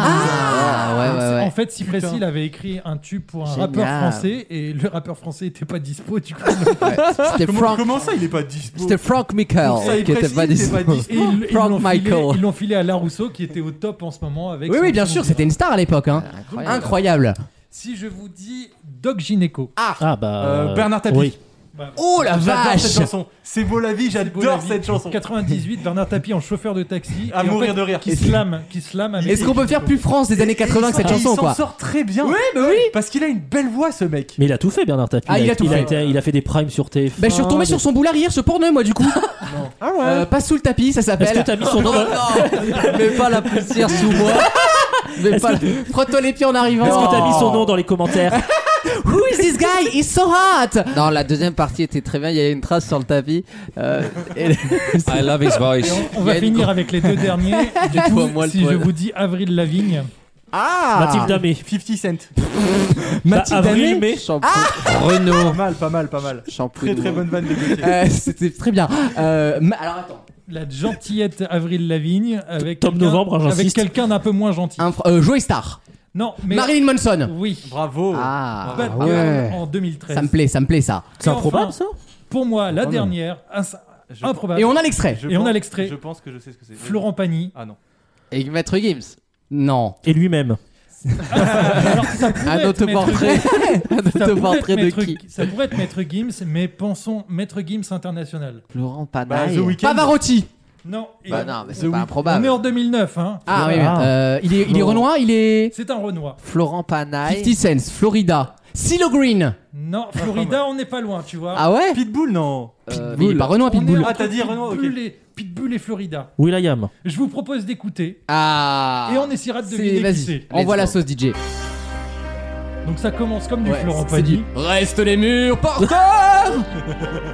S4: Ah, ouais, ouais,
S5: En
S4: ouais.
S5: fait, Cypress Hill avait écrit un tube pour un
S4: Génial.
S5: rappeur français et le rappeur français était pas dispo du coup. il-
S4: C'était
S6: Comment,
S4: Frank,
S6: comment ça, il est pas dispo
S4: c'était Frank
S3: Oh,
S5: Donc, ça,
S4: Michael qui était
S5: Cypress
S4: pas
S5: Hill, c'est
S4: dispo.
S5: Et ils- ils
S4: Frank
S5: l'ont filé-
S4: Michael.
S5: Ils l'ont filé à La Rousseau qui était au top en ce moment avec.
S3: Oui,
S5: son
S3: oui, bien
S5: son-
S3: sûr, c'était une star à l'époque. Hein.
S4: Incroyable.
S3: Incroyable.
S5: Si je vous dis Doc Gineco. Bah,
S2: Ah bah.
S6: Euh, Bernard Tapie.
S2: Oui.
S3: Oh la
S6: J'adore cette
S3: vache
S6: chanson. C'est beau la vie,
S5: C'est beau la
S6: j'adore
S5: vie.
S6: cette chanson.
S5: 98, Bernard Tapie en chauffeur de taxi.
S6: À
S5: et en
S6: mourir
S5: fait,
S6: de rire.
S5: Qui slame, qui slame avec.
S3: Est-ce qu'on peut faire plus France des années 80 que cette
S6: Et
S3: chanson
S6: il s'en
S3: quoi
S6: sort très bien. Oui,
S3: bah oui.
S6: Parce qu'il a une belle voix, ce mec.
S2: Mais il a tout fait, Bernard Tapie.
S3: Ah, il a tout fait.
S2: été- il a fait des primes sur TF.
S3: Bah je suis retombé sur son boulard hier, ce porno moi du coup. Ah ouais. pas sous le tapis, ça
S2: Est-ce que
S3: s'appelle.
S2: t'as mis son nom
S4: Non, mais pas la poussière sous moi. Mais pas la...
S3: Frotte-toi les pieds en arrivant.
S2: Est-ce que t'as mis son nom dans les commentaires
S3: Who is this guy He's so hot.
S4: Non, la deuxième partie était très bien. Il y avait une trace sur le tapis. Euh, et-
S9: I love his voice.
S5: On
S4: Il y
S5: va
S4: a une
S5: finir
S4: grande-
S5: avec les deux derniers. Du
S4: Du
S5: coup,
S4: poids, moi, le
S5: si
S4: poil.
S5: je vous dis Avril Lavigne,
S3: Ah.
S2: Mathilde Amé.
S6: 50 Cent.
S2: Bah,
S3: Mathilde
S2: Avril,
S3: Amé
S2: mai.
S9: Renault.
S6: Pas mal, pas mal, pas mal.
S4: Shampoo
S6: Très
S4: de
S6: très
S4: moi.
S6: bonne vanne de Gauthier.
S3: Euh, C'était très bien. Euh, ma- alors attends.
S5: la gentillette Avril Lavigne avec
S2: Tom
S5: quelqu'un-
S2: Novembre, hein,
S5: avec
S2: j'insiste.
S5: quelqu'un d'un peu moins gentil.
S3: Un fr- euh, Joey Star.
S5: Non, mais
S3: Marilyn Manson.
S5: oui.
S6: Bravo.
S4: Ah,
S5: Bad Girl
S4: ouais.
S5: en 2013.
S3: Ça me plaît, ça me plaît ça.
S2: C'est
S5: Et enfin,
S2: improbable ça
S5: Pour moi, la dernière, ins-
S6: Je-
S5: improbable.
S3: Et on a l'extrait.
S6: Je
S5: Et on
S6: pense-
S5: a l'extrait.
S6: Je pense que je sais ce que c'est.
S5: Florent Pagny.
S6: Ah non.
S4: Et Maître Gims.
S3: Non.
S2: Et lui-même.
S5: Ah, Alors, ça pourrait
S4: Un
S5: être
S4: autoportrait.
S5: Maître-
S4: Un
S5: ça pourrait
S4: autoportrait
S5: être
S4: de
S5: Maître-
S4: qui
S5: Ça pourrait être Maître Gims, mais pensons Maître Gims international.
S4: Laurent
S6: Bah, The
S4: Panaille.
S6: Weeknd.
S3: Pavarotti.
S5: Non. et-
S4: Bah non, mais
S5: The
S4: c'est pas
S5: Weeknd. On
S4: improbable.
S5: est en 2009, hein.
S3: Ah oui. oui.
S2: Ah.
S3: Euh, il est, il est Renoir, il est.
S5: C'est un Renoir.
S4: Florent Panaille.
S3: 50 Cents, Florida. Silo Green.
S5: Non, Florida, on n'est pas loin, tu vois.
S4: Ah ouais
S6: Pitbull, non.
S4: euh,
S3: Mais il est pas Renoir,
S5: On est
S3: Pitbull.
S5: entre
S6: Ah, t'as dit Renoir, ok.
S5: Pitbull, et, Pitbull et Florida.
S2: Will.i.am.
S5: Je vous propose d'écouter
S4: Ah
S5: et on essaiera de
S3: C'est-
S5: deviner qui
S3: Vas-y,
S5: c'est.
S3: envoie la
S4: Let's go.
S3: sauce DJ.
S5: Donc ça commence comme du
S3: Ouais,
S5: Florent
S3: c'est
S5: Pagny.
S3: dit. Reste les murs, porteurs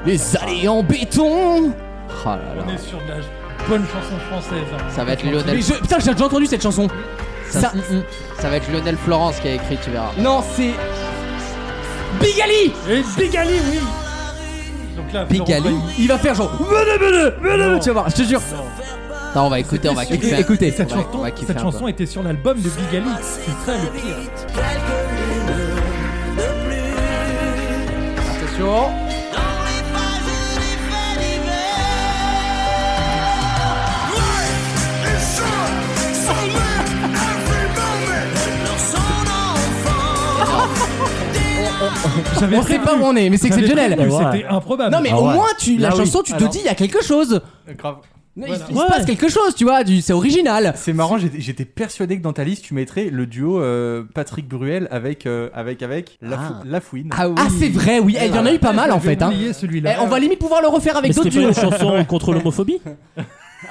S3: Les allées en béton
S4: Oh là là.
S5: On est sur de la bonne chanson française. hein.
S4: Ça va être
S3: Mais
S4: Lionel.
S3: je- Putain, j'ai déjà entendu cette chanson.
S4: Ça,
S3: Ça-
S4: ça va être Lionel Florence qui a écrit, tu verras.
S3: Non, c'est. Bigali
S5: Et Bigali, oui Donc là, Florent
S4: Bigali.
S5: Pagny.
S3: Il va faire genre. Menez, menez, menez, Tu vas voir, je te jure.
S4: Attends, on va écouter, on va
S3: Écoutez,
S4: kiffer.
S3: écoutez.
S5: Cette
S4: On va-
S5: chanson,
S4: on va kiffer
S5: cette
S4: un
S5: chanson
S4: peu.
S5: était sur l'album de Bigali. C'est ça le pire.
S4: Attention.
S5: J'avais
S3: On sait
S5: prévu.
S3: pas où on est, mais c'est
S5: J'avais
S3: exceptionnel.
S5: prévu,
S2: Ouais.
S5: C'était improbable.
S3: Non, mais
S2: Ah
S3: au
S2: ouais.
S3: moins, tu, la
S2: Là, oui.
S3: chanson, tu te
S6: Alors-
S3: dis, il y a quelque chose.
S6: Euh, grave.
S3: Il- Il,
S5: Voilà.
S3: se passe quelque chose, tu vois, du- c'est original.
S6: C'est marrant, j'étais j'étais persuadé que dans ta liste, tu mettrais le duo euh, Patrick Bruel avec, euh, avec, avec Lafou-
S4: Ah.
S6: Lafouine.
S4: Ah oui.
S3: Ah, c'est vrai, oui. Eh, Il y en a eu pas mal en fait. hein.
S5: Ah, Oublié
S3: Eh,
S5: celui-là.
S3: on va limite pouvoir le refaire avec
S2: Mais
S3: d'autres
S2: c'était pas
S3: duos.
S2: une chanson contre l'homophobie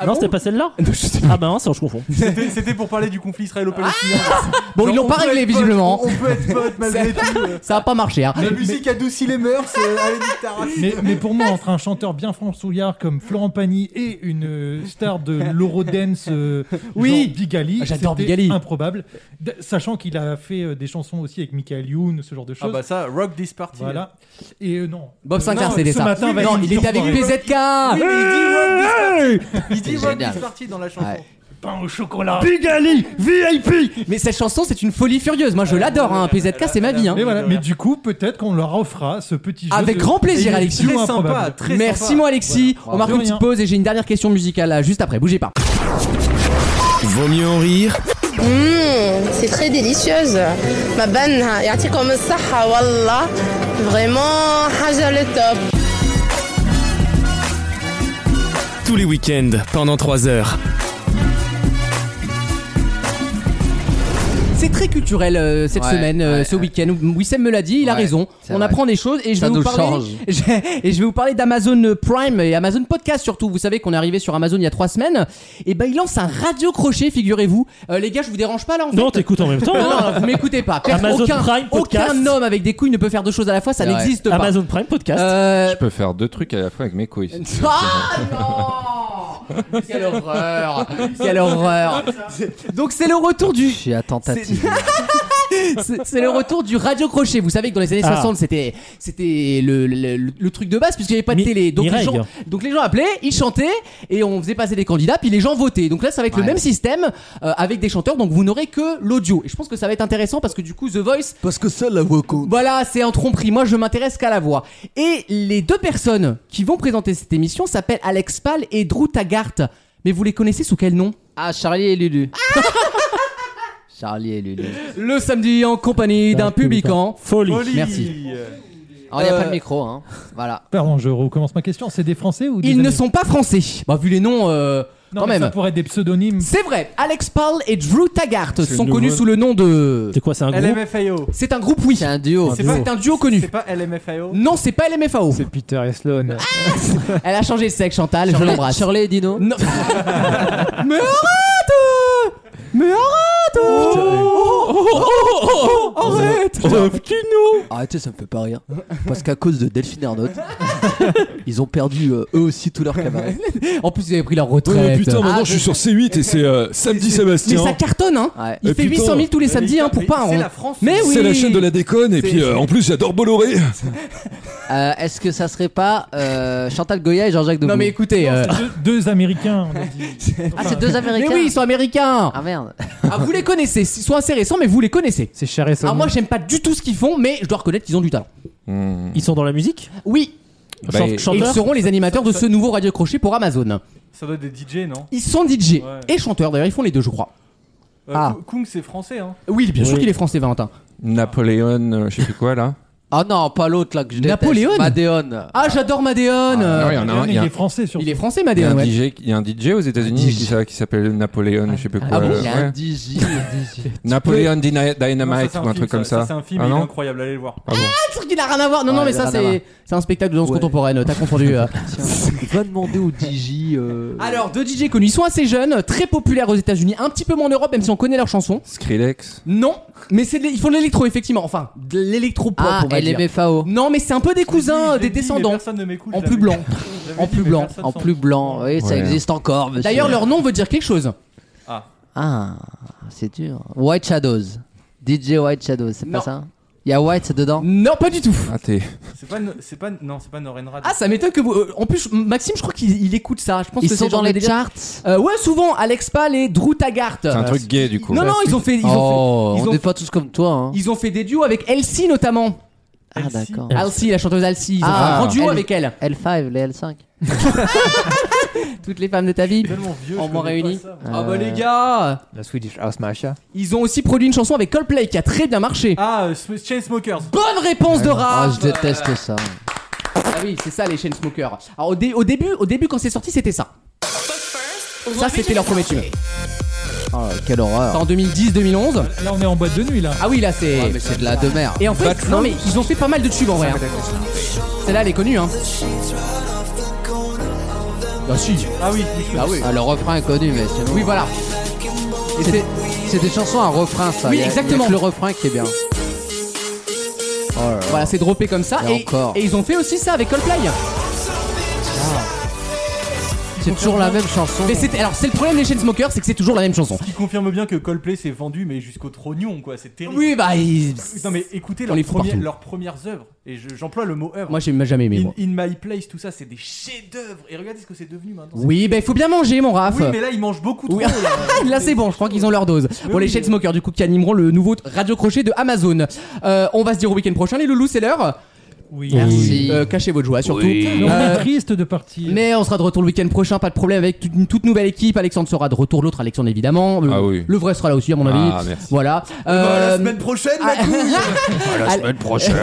S3: Ah
S2: Non,
S3: bon
S2: c'était pas celle-là
S3: Non, je sais pas.
S2: Ah bah non, ça je confonds.
S6: C'était c'était pour parler du conflit israélo-palestinien.
S3: Ah Bon,
S6: Genre,
S3: ils l'ont
S6: on
S3: pas
S6: peut
S3: réglé
S6: être potes,
S3: visiblement.
S6: On peut être potes malgré
S3: C'est-
S6: tout. euh.
S3: Ça a pas marché. Hein.
S6: La musique adoucit les mœurs, euh, allez, nique ta race.
S5: Mais, mais pour moi, entre un chanteur bien françouillard comme Florent Pagny et une euh, star de l'Eurodance, euh,
S3: Oui. Ah,
S5: genre Bigali,
S3: J'adore
S5: c'était
S3: Bigali.
S5: improbable. D- sachant qu'il a fait euh, des chansons aussi avec Michael Youn, ce genre de
S6: Ah
S5: choses.
S6: bah ça, rock this party.
S5: voilà. Et euh, non.
S3: Bob
S5: Euh,
S3: Sinclair,
S5: non,
S3: c'était
S5: ce
S3: ça.
S5: matin, vas-y,
S3: non, il était avec
S5: soirée.
S3: PZK.
S6: Oui, mais il dit rock this Il
S4: C'est
S6: dit Rock
S4: génial.
S6: is Party dans la chanson.
S4: Ouais.
S5: Pain au chocolat.
S3: Bigali VIP. Mais cette chanson, c'est une folie furieuse. Moi, je l'adore. Hein. PZK, c'est ma vie. Hein.
S5: Mais voilà.
S6: Ouais.
S5: Mais du coup, peut-être qu'on leur offra ce petit jeu.
S3: Avec
S5: de-
S3: grand plaisir,
S5: Et
S3: Alexis.
S5: c'est
S6: Très sympa,
S5: improbable.
S6: très
S3: Merci,
S6: sympa.
S3: moi, Alexis. On marque
S5: De
S3: une petite
S5: rien.
S3: pause et j'ai une dernière question musicale là, juste après. Bougez pas.
S1: Vaut mieux en rire
S12: Mmh, c'est très délicieuse. Ma banne, يعطيكم الصحة والله. ah, Vraiment, حاجة le top.
S1: tous les week-ends pendant 3 heures.
S3: C'est c'est très culturel euh, cette
S4: Ouais,
S3: semaine, euh, ce week-end. Wissem me l'a dit, il a
S4: Ouais,
S3: raison.
S4: c'est
S3: On
S4: vrai.
S3: apprend des choses et je
S4: Ça
S3: vais vous
S4: nous
S3: parler.
S4: change.
S3: et je vais vous parler d'Amazon Prime et Amazon Podcast surtout. Vous savez qu'on est arrivé sur Amazon il y a trois semaines. Et ben il lance un radio crochet, figurez-vous. Euh, les gars, je vous dérange pas là en fait
S2: Non, t'écoutes en même temps.
S3: Non,
S2: hein.
S3: non, vous m'écoutez pas. Personne-
S2: Amazon
S3: aucun,
S2: Prime Podcast.
S3: aucun homme avec des couilles ne peut faire deux choses à la fois, ça
S9: C'est vrai.
S3: n'existe pas.
S2: Amazon Prime Podcast.
S3: Euh,
S9: Je peux faire deux trucs à la fois avec mes couilles.
S3: Ah non Quelle horreur Quelle horreur Donc c'est le retour du...
S4: Je suis attentatif.
S3: C'est c'est le retour du radio crochet. Vous savez que dans les années
S4: Ah.
S3: 60, c'était c'était le, le- le- le truc de base puisqu'il n'y avait pas de
S2: Mi-
S3: télé. Donc les,
S2: Mireille.
S3: gens, donc les gens appelaient, ils chantaient et on faisait passer des candidats puis les gens votaient. Donc là, ça va être le
S4: Ouais.
S3: même système euh, avec des chanteurs. Donc vous n'aurez que l'audio. Et je pense que ça va être intéressant parce que du coup, The Voice. Parce que ça, la voix Voilà, c'est en tromperie. Moi, je m'intéresse qu'à la voix. Et les deux personnes qui vont présenter cette émission s'appellent Alex Pal et Drew Taggart. Mais vous les connaissez sous quel nom
S4: Ah, Charlie et Lulu. Charlie et Lulu.
S3: Le samedi en compagnie d'un publican.
S2: Folie.
S3: Merci.
S4: Alors, il n'y a
S3: Euh,
S4: pas de micro, hein. Voilà.
S5: Pardon, je recommence ma question. C'est des Français ou des
S3: Ils ne
S5: Américains
S3: sont pas français. Bah, vu les noms, euh,
S5: Non,
S3: quand
S5: mais Ça
S3: même.
S5: pourrait être des pseudonymes.
S3: C'est vrai, Alex Paul et Drew Taggart
S2: C'est
S3: sont
S2: nouveau.
S3: connus sous le nom de.
S2: C'est quoi, c'est un groupe
S6: LMFAO.
S3: C'est un groupe, oui.
S4: C'est un duo.
S6: C'est
S3: C'est
S6: pas-
S3: un duo connu.
S6: C'est pas LMFAO
S3: Non, c'est pas LMFAO.
S10: C'est Peter et Sloan.
S3: Ah Elle a changé de sexe, Chantal, je
S4: Shirley-
S3: l'embrasse.
S4: Shirley et Dino.
S3: Non. Mais oh arrête Mais arrête Oh, oh, oh, oh, oh, Arrête
S4: Arrêtez, ça me fait pas rire. Parce qu'à cause de Delphine Ernaut, ils ont perdu euh, eux aussi tous leurs camarades.
S3: En plus, ils avaient pris leur retraite.
S13: maintenant je suis sur C8 et c'est euh, samedi
S3: Mais
S13: Sébastien.
S3: ça cartonne, hein
S4: Ouais.
S3: Il
S13: Et
S3: fait
S13: putain.
S3: 800 000 tous les samedis hein, pour pas un
S6: Eh, C'est
S3: rond.
S6: la France.
S3: Mais oui
S13: C'est la chaîne de la déconne et puis euh, en plus j'adore Bolloré.
S4: Euh, Est-ce que ça serait pas euh, Chantal Goya et Jean-Jacques Debout
S3: Non, mais écoutez. euh,
S5: Deux, deux Américains. on a dit.
S4: Ah, c'est deux
S3: Mais
S4: Américains
S3: oui, ils sont américains
S4: Ah merde.
S3: Ah, vous les connaissez, ils sont assez récents, mais vous les connaissez.
S10: C'est Cher et
S3: Alors
S10: Sloan.
S3: moi, j'aime pas du tout ce qu'ils font, mais je dois reconnaître qu'ils ont du talent.
S9: Hmm.
S2: Ils sont dans la musique
S3: Oui,
S9: Bah,
S2: Chan-
S9: et-
S3: et ils
S2: Chanteur
S3: seront les animateurs de ce nouveau Radio Crochet pour Amazon.
S6: Ça doit être des DJ, non
S3: Ils sont DJ
S6: Ouais.
S3: et chanteurs, d'ailleurs, ils font les deux, je crois.
S6: Euh,
S3: Ah.
S6: Kung, c'est français, hein
S3: Oui, bien sûr
S2: Oui.
S3: qu'il est français, Valentin.
S9: Napoléon, euh, je sais plus quoi là.
S4: Ah non, pas l'autre là que je déteste.
S3: Napoléon
S4: Madéon.
S3: Ah, j'adore Madéon
S9: Ah,
S3: euh,
S9: ouais, il y en a un- il y
S5: Il
S9: a un-
S5: est français surtout.
S3: Il est français,
S9: il y a
S3: Madéon,
S9: un
S3: ouais.
S9: DJ qui- il y a un DJ aux États-Unis qui s'a- qui s'appelle Napoléon, je sais plus quoi.
S4: Ah bon
S9: euh,
S4: Il y a un
S9: ouais.
S4: DJ.
S9: Napoléon Dyna-
S6: Non, ça,
S9: Dynamite
S6: c'est
S9: ou un
S6: film,
S9: truc comme
S6: ça.
S9: ça.
S6: C'est un film,
S9: Ah
S6: il est
S9: non
S6: incroyable, allez le voir.
S9: Ah bon.
S3: Un truc qui n'a rien à voir. Non, non,
S4: Ouais,
S3: mais
S4: il a
S3: ça,
S4: rien à voir.
S3: c'est c'est un spectacle de danse
S4: Ouais.
S3: contemporaine. T'as confondu. euh.
S4: Tiens, va demander au DJ. euh,
S3: Alors, deux DJ connus. Ils sont assez jeunes, très populaires aux États-Unis, un petit peu moins en Europe, même si on connaît leurs chansons.
S9: Skrillex.
S3: Non, mais c'est de l'é- ils font de l'électro, effectivement. Enfin, de l'électro-pop,
S4: Ah,
S3: on va dire.
S4: LMFAO.
S3: Non, mais c'est un peu des cousins, euh, des descendants. En plus blanc. En plus blanc.
S4: En plus blanc. Oui, ça
S9: Ouais.
S4: existe encore. monsieur.
S3: D'ailleurs, leur nom veut dire quelque chose.
S4: Ah, c'est dur. White Shadows. DJ White Shadows, c'est
S3: Non.
S4: pas ça Il y a White dedans
S3: Non, pas du tout.
S9: Ah t'es.
S6: C'est pas, no- c'est pas, non, c'est pas Noren Rad.
S3: Ah, ça m'étonne que vous. euh, En plus, Maxime, je crois qu'il il écoute ça. Je pense
S4: Ils
S3: que
S4: sont
S3: c'est
S4: dans
S3: genre
S4: les
S3: le délire.
S4: charts
S3: Euh, ouais, souvent, Alex Pal et Drew Taggart.
S9: C'est un truc gay du coup.
S3: Non, non, ils ont fait. Ils ont
S4: Oh,
S3: fait, ils
S4: on
S3: ont
S4: n'est pas tous comme toi. hein.
S3: Ils ont fait des duos avec Elsie notamment.
S4: Ah, d'accord.
S2: Elsie.
S3: Elsie, la chanteuse Elsie. Ils ont
S4: Ah.
S3: fait un grand duo
S4: Elle-
S3: avec elle.
S4: L5, les L5.
S3: Toutes les femmes de ta vie.
S6: Tellement vieux.
S3: En
S6: je
S3: moins
S6: connais pas
S3: réunis.
S6: ça.
S3: Ah bah les gars
S10: La Swedish House Mafia.
S3: Ils ont aussi produit une chanson avec Coldplay qui a très bien marché.
S6: Ah, euh, Sm- Chainsmokers.
S3: Bonne réponse de
S4: Ah,
S3: Raph
S4: je déteste ça.
S3: Ah oui, c'est ça les Chainsmokers. Alors au, dé- au début, au début quand c'est sorti, c'était ça. Ça c'était leur premier tube.
S4: Oh, quelle horreur.
S3: En 2010-2011.
S5: Là, on est en boîte de nuit là.
S3: Ah oui, là c'est
S4: Ouais, mais c'est de la de mer.
S3: Et en fait, non mais ils ont fait pas mal de tubes en vrai. hein. Celle-là elle est connue hein. Bah si.
S6: Ah oui, oui,
S3: Ah oui.
S4: Ah, le refrain est connu, mais sinon.
S3: Oui voilà. Et c'est
S4: C'est des chansons à refrain, ça.
S3: Oui,
S4: Il y a- il y a que
S3: exactement.
S4: le refrain qui est bien. Oh là là.
S3: voilà, c'est droppé comme ça
S4: Et
S3: et,
S4: encore. Ah.
S3: et ils ont fait aussi ça avec Coldplay.
S4: C'est toujours la même chanson.
S3: Mais c'était alors c'est le problème des Chainsmokers, c'est que c'est toujours la même chanson.
S6: Qui confirme bien que Coldplay s'est vendu, mais jusqu'au trognon, quoi. C'est terrible.
S3: Oui bah ils-
S6: Non, mais écoutez
S3: On
S6: leurs
S3: les fout
S6: premières-
S3: partout.
S6: leurs premières œuvres. Et je- j'emploie le mot œuvre.
S3: moi j'ai jamais aimé
S6: In,
S3: moi.
S6: In My Place, tout ça, c'est des chefs-d'œuvre. Et regardez ce que c'est devenu maintenant.
S3: Oui, bah il faut bien manger, mon Raph.
S6: Oui, mais là, ils mangent beaucoup trop.
S3: Oui. Là c'est bon, je crois qu'ils ont leur dose.
S6: Mais
S3: Bon, les
S6: oui.
S3: Chainsmokers du coup qui animeront le nouveau radio crochet de Amazon. Euh, on va se dire au week-end prochain, les loulous, c'est l'heure.
S5: Oui.
S4: Merci.
S3: Euh, cachez votre joie surtout.
S5: Mais on
S3: Euh,
S5: est triste de partir.
S3: mais on sera de retour le week-end prochain, pas de problème avec toute- une toute nouvelle équipe. Alexandre sera de retour, l'autre Alexandre évidemment. Le,
S9: Ah oui.
S3: le vrai sera là aussi à mon avis.
S9: Ah merci.
S3: Voilà.
S8: la
S6: Bah,
S3: Euh,
S8: semaine prochaine, la
S3: Ah.
S8: couille
S9: À la semaine prochaine.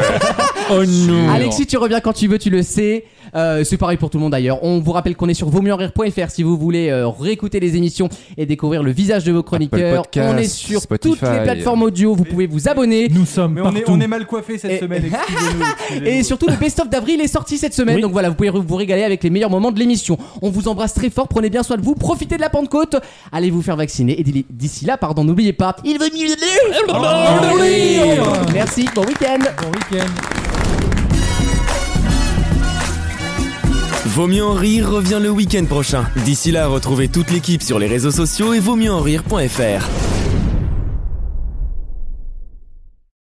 S9: oh
S3: Mm. Alexis, tu reviens quand tu veux, tu le sais. Euh, c'est pareil pour tout le monde d'ailleurs. On vous rappelle qu'on est sur vaumieuxenrire.fr si vous voulez euh, réécouter les émissions et découvrir le visage de vos chroniqueurs.
S9: Podcast,
S3: on est sur toutes
S9: Spotify.
S3: les plateformes audio. Vous pouvez vous abonner.
S5: Nous sommes
S6: Mais on est, on est mal coiffé cette
S3: Et-
S6: semaine, excusez-nous. excusez-nous.
S3: Et surtout, le best-of d'avril est sorti cette semaine. Donc voilà, vous pouvez vous régaler avec les meilleurs moments de l'émission. On vous embrasse très fort. Prenez bien soin de vous. Profitez de la Pentecôte. Allez vous faire vacciner. Et d'ici- d'ici là, pardon, n'oubliez pas. Il vaut mieux
S5: mourir.
S3: Merci. Bon week-end.
S5: Bon week-end.
S2: Vaut mieux en rire revient le week-end prochain. D'ici là, retrouvez toute l'équipe sur les réseaux sociaux et vaut mieux en rire.fr.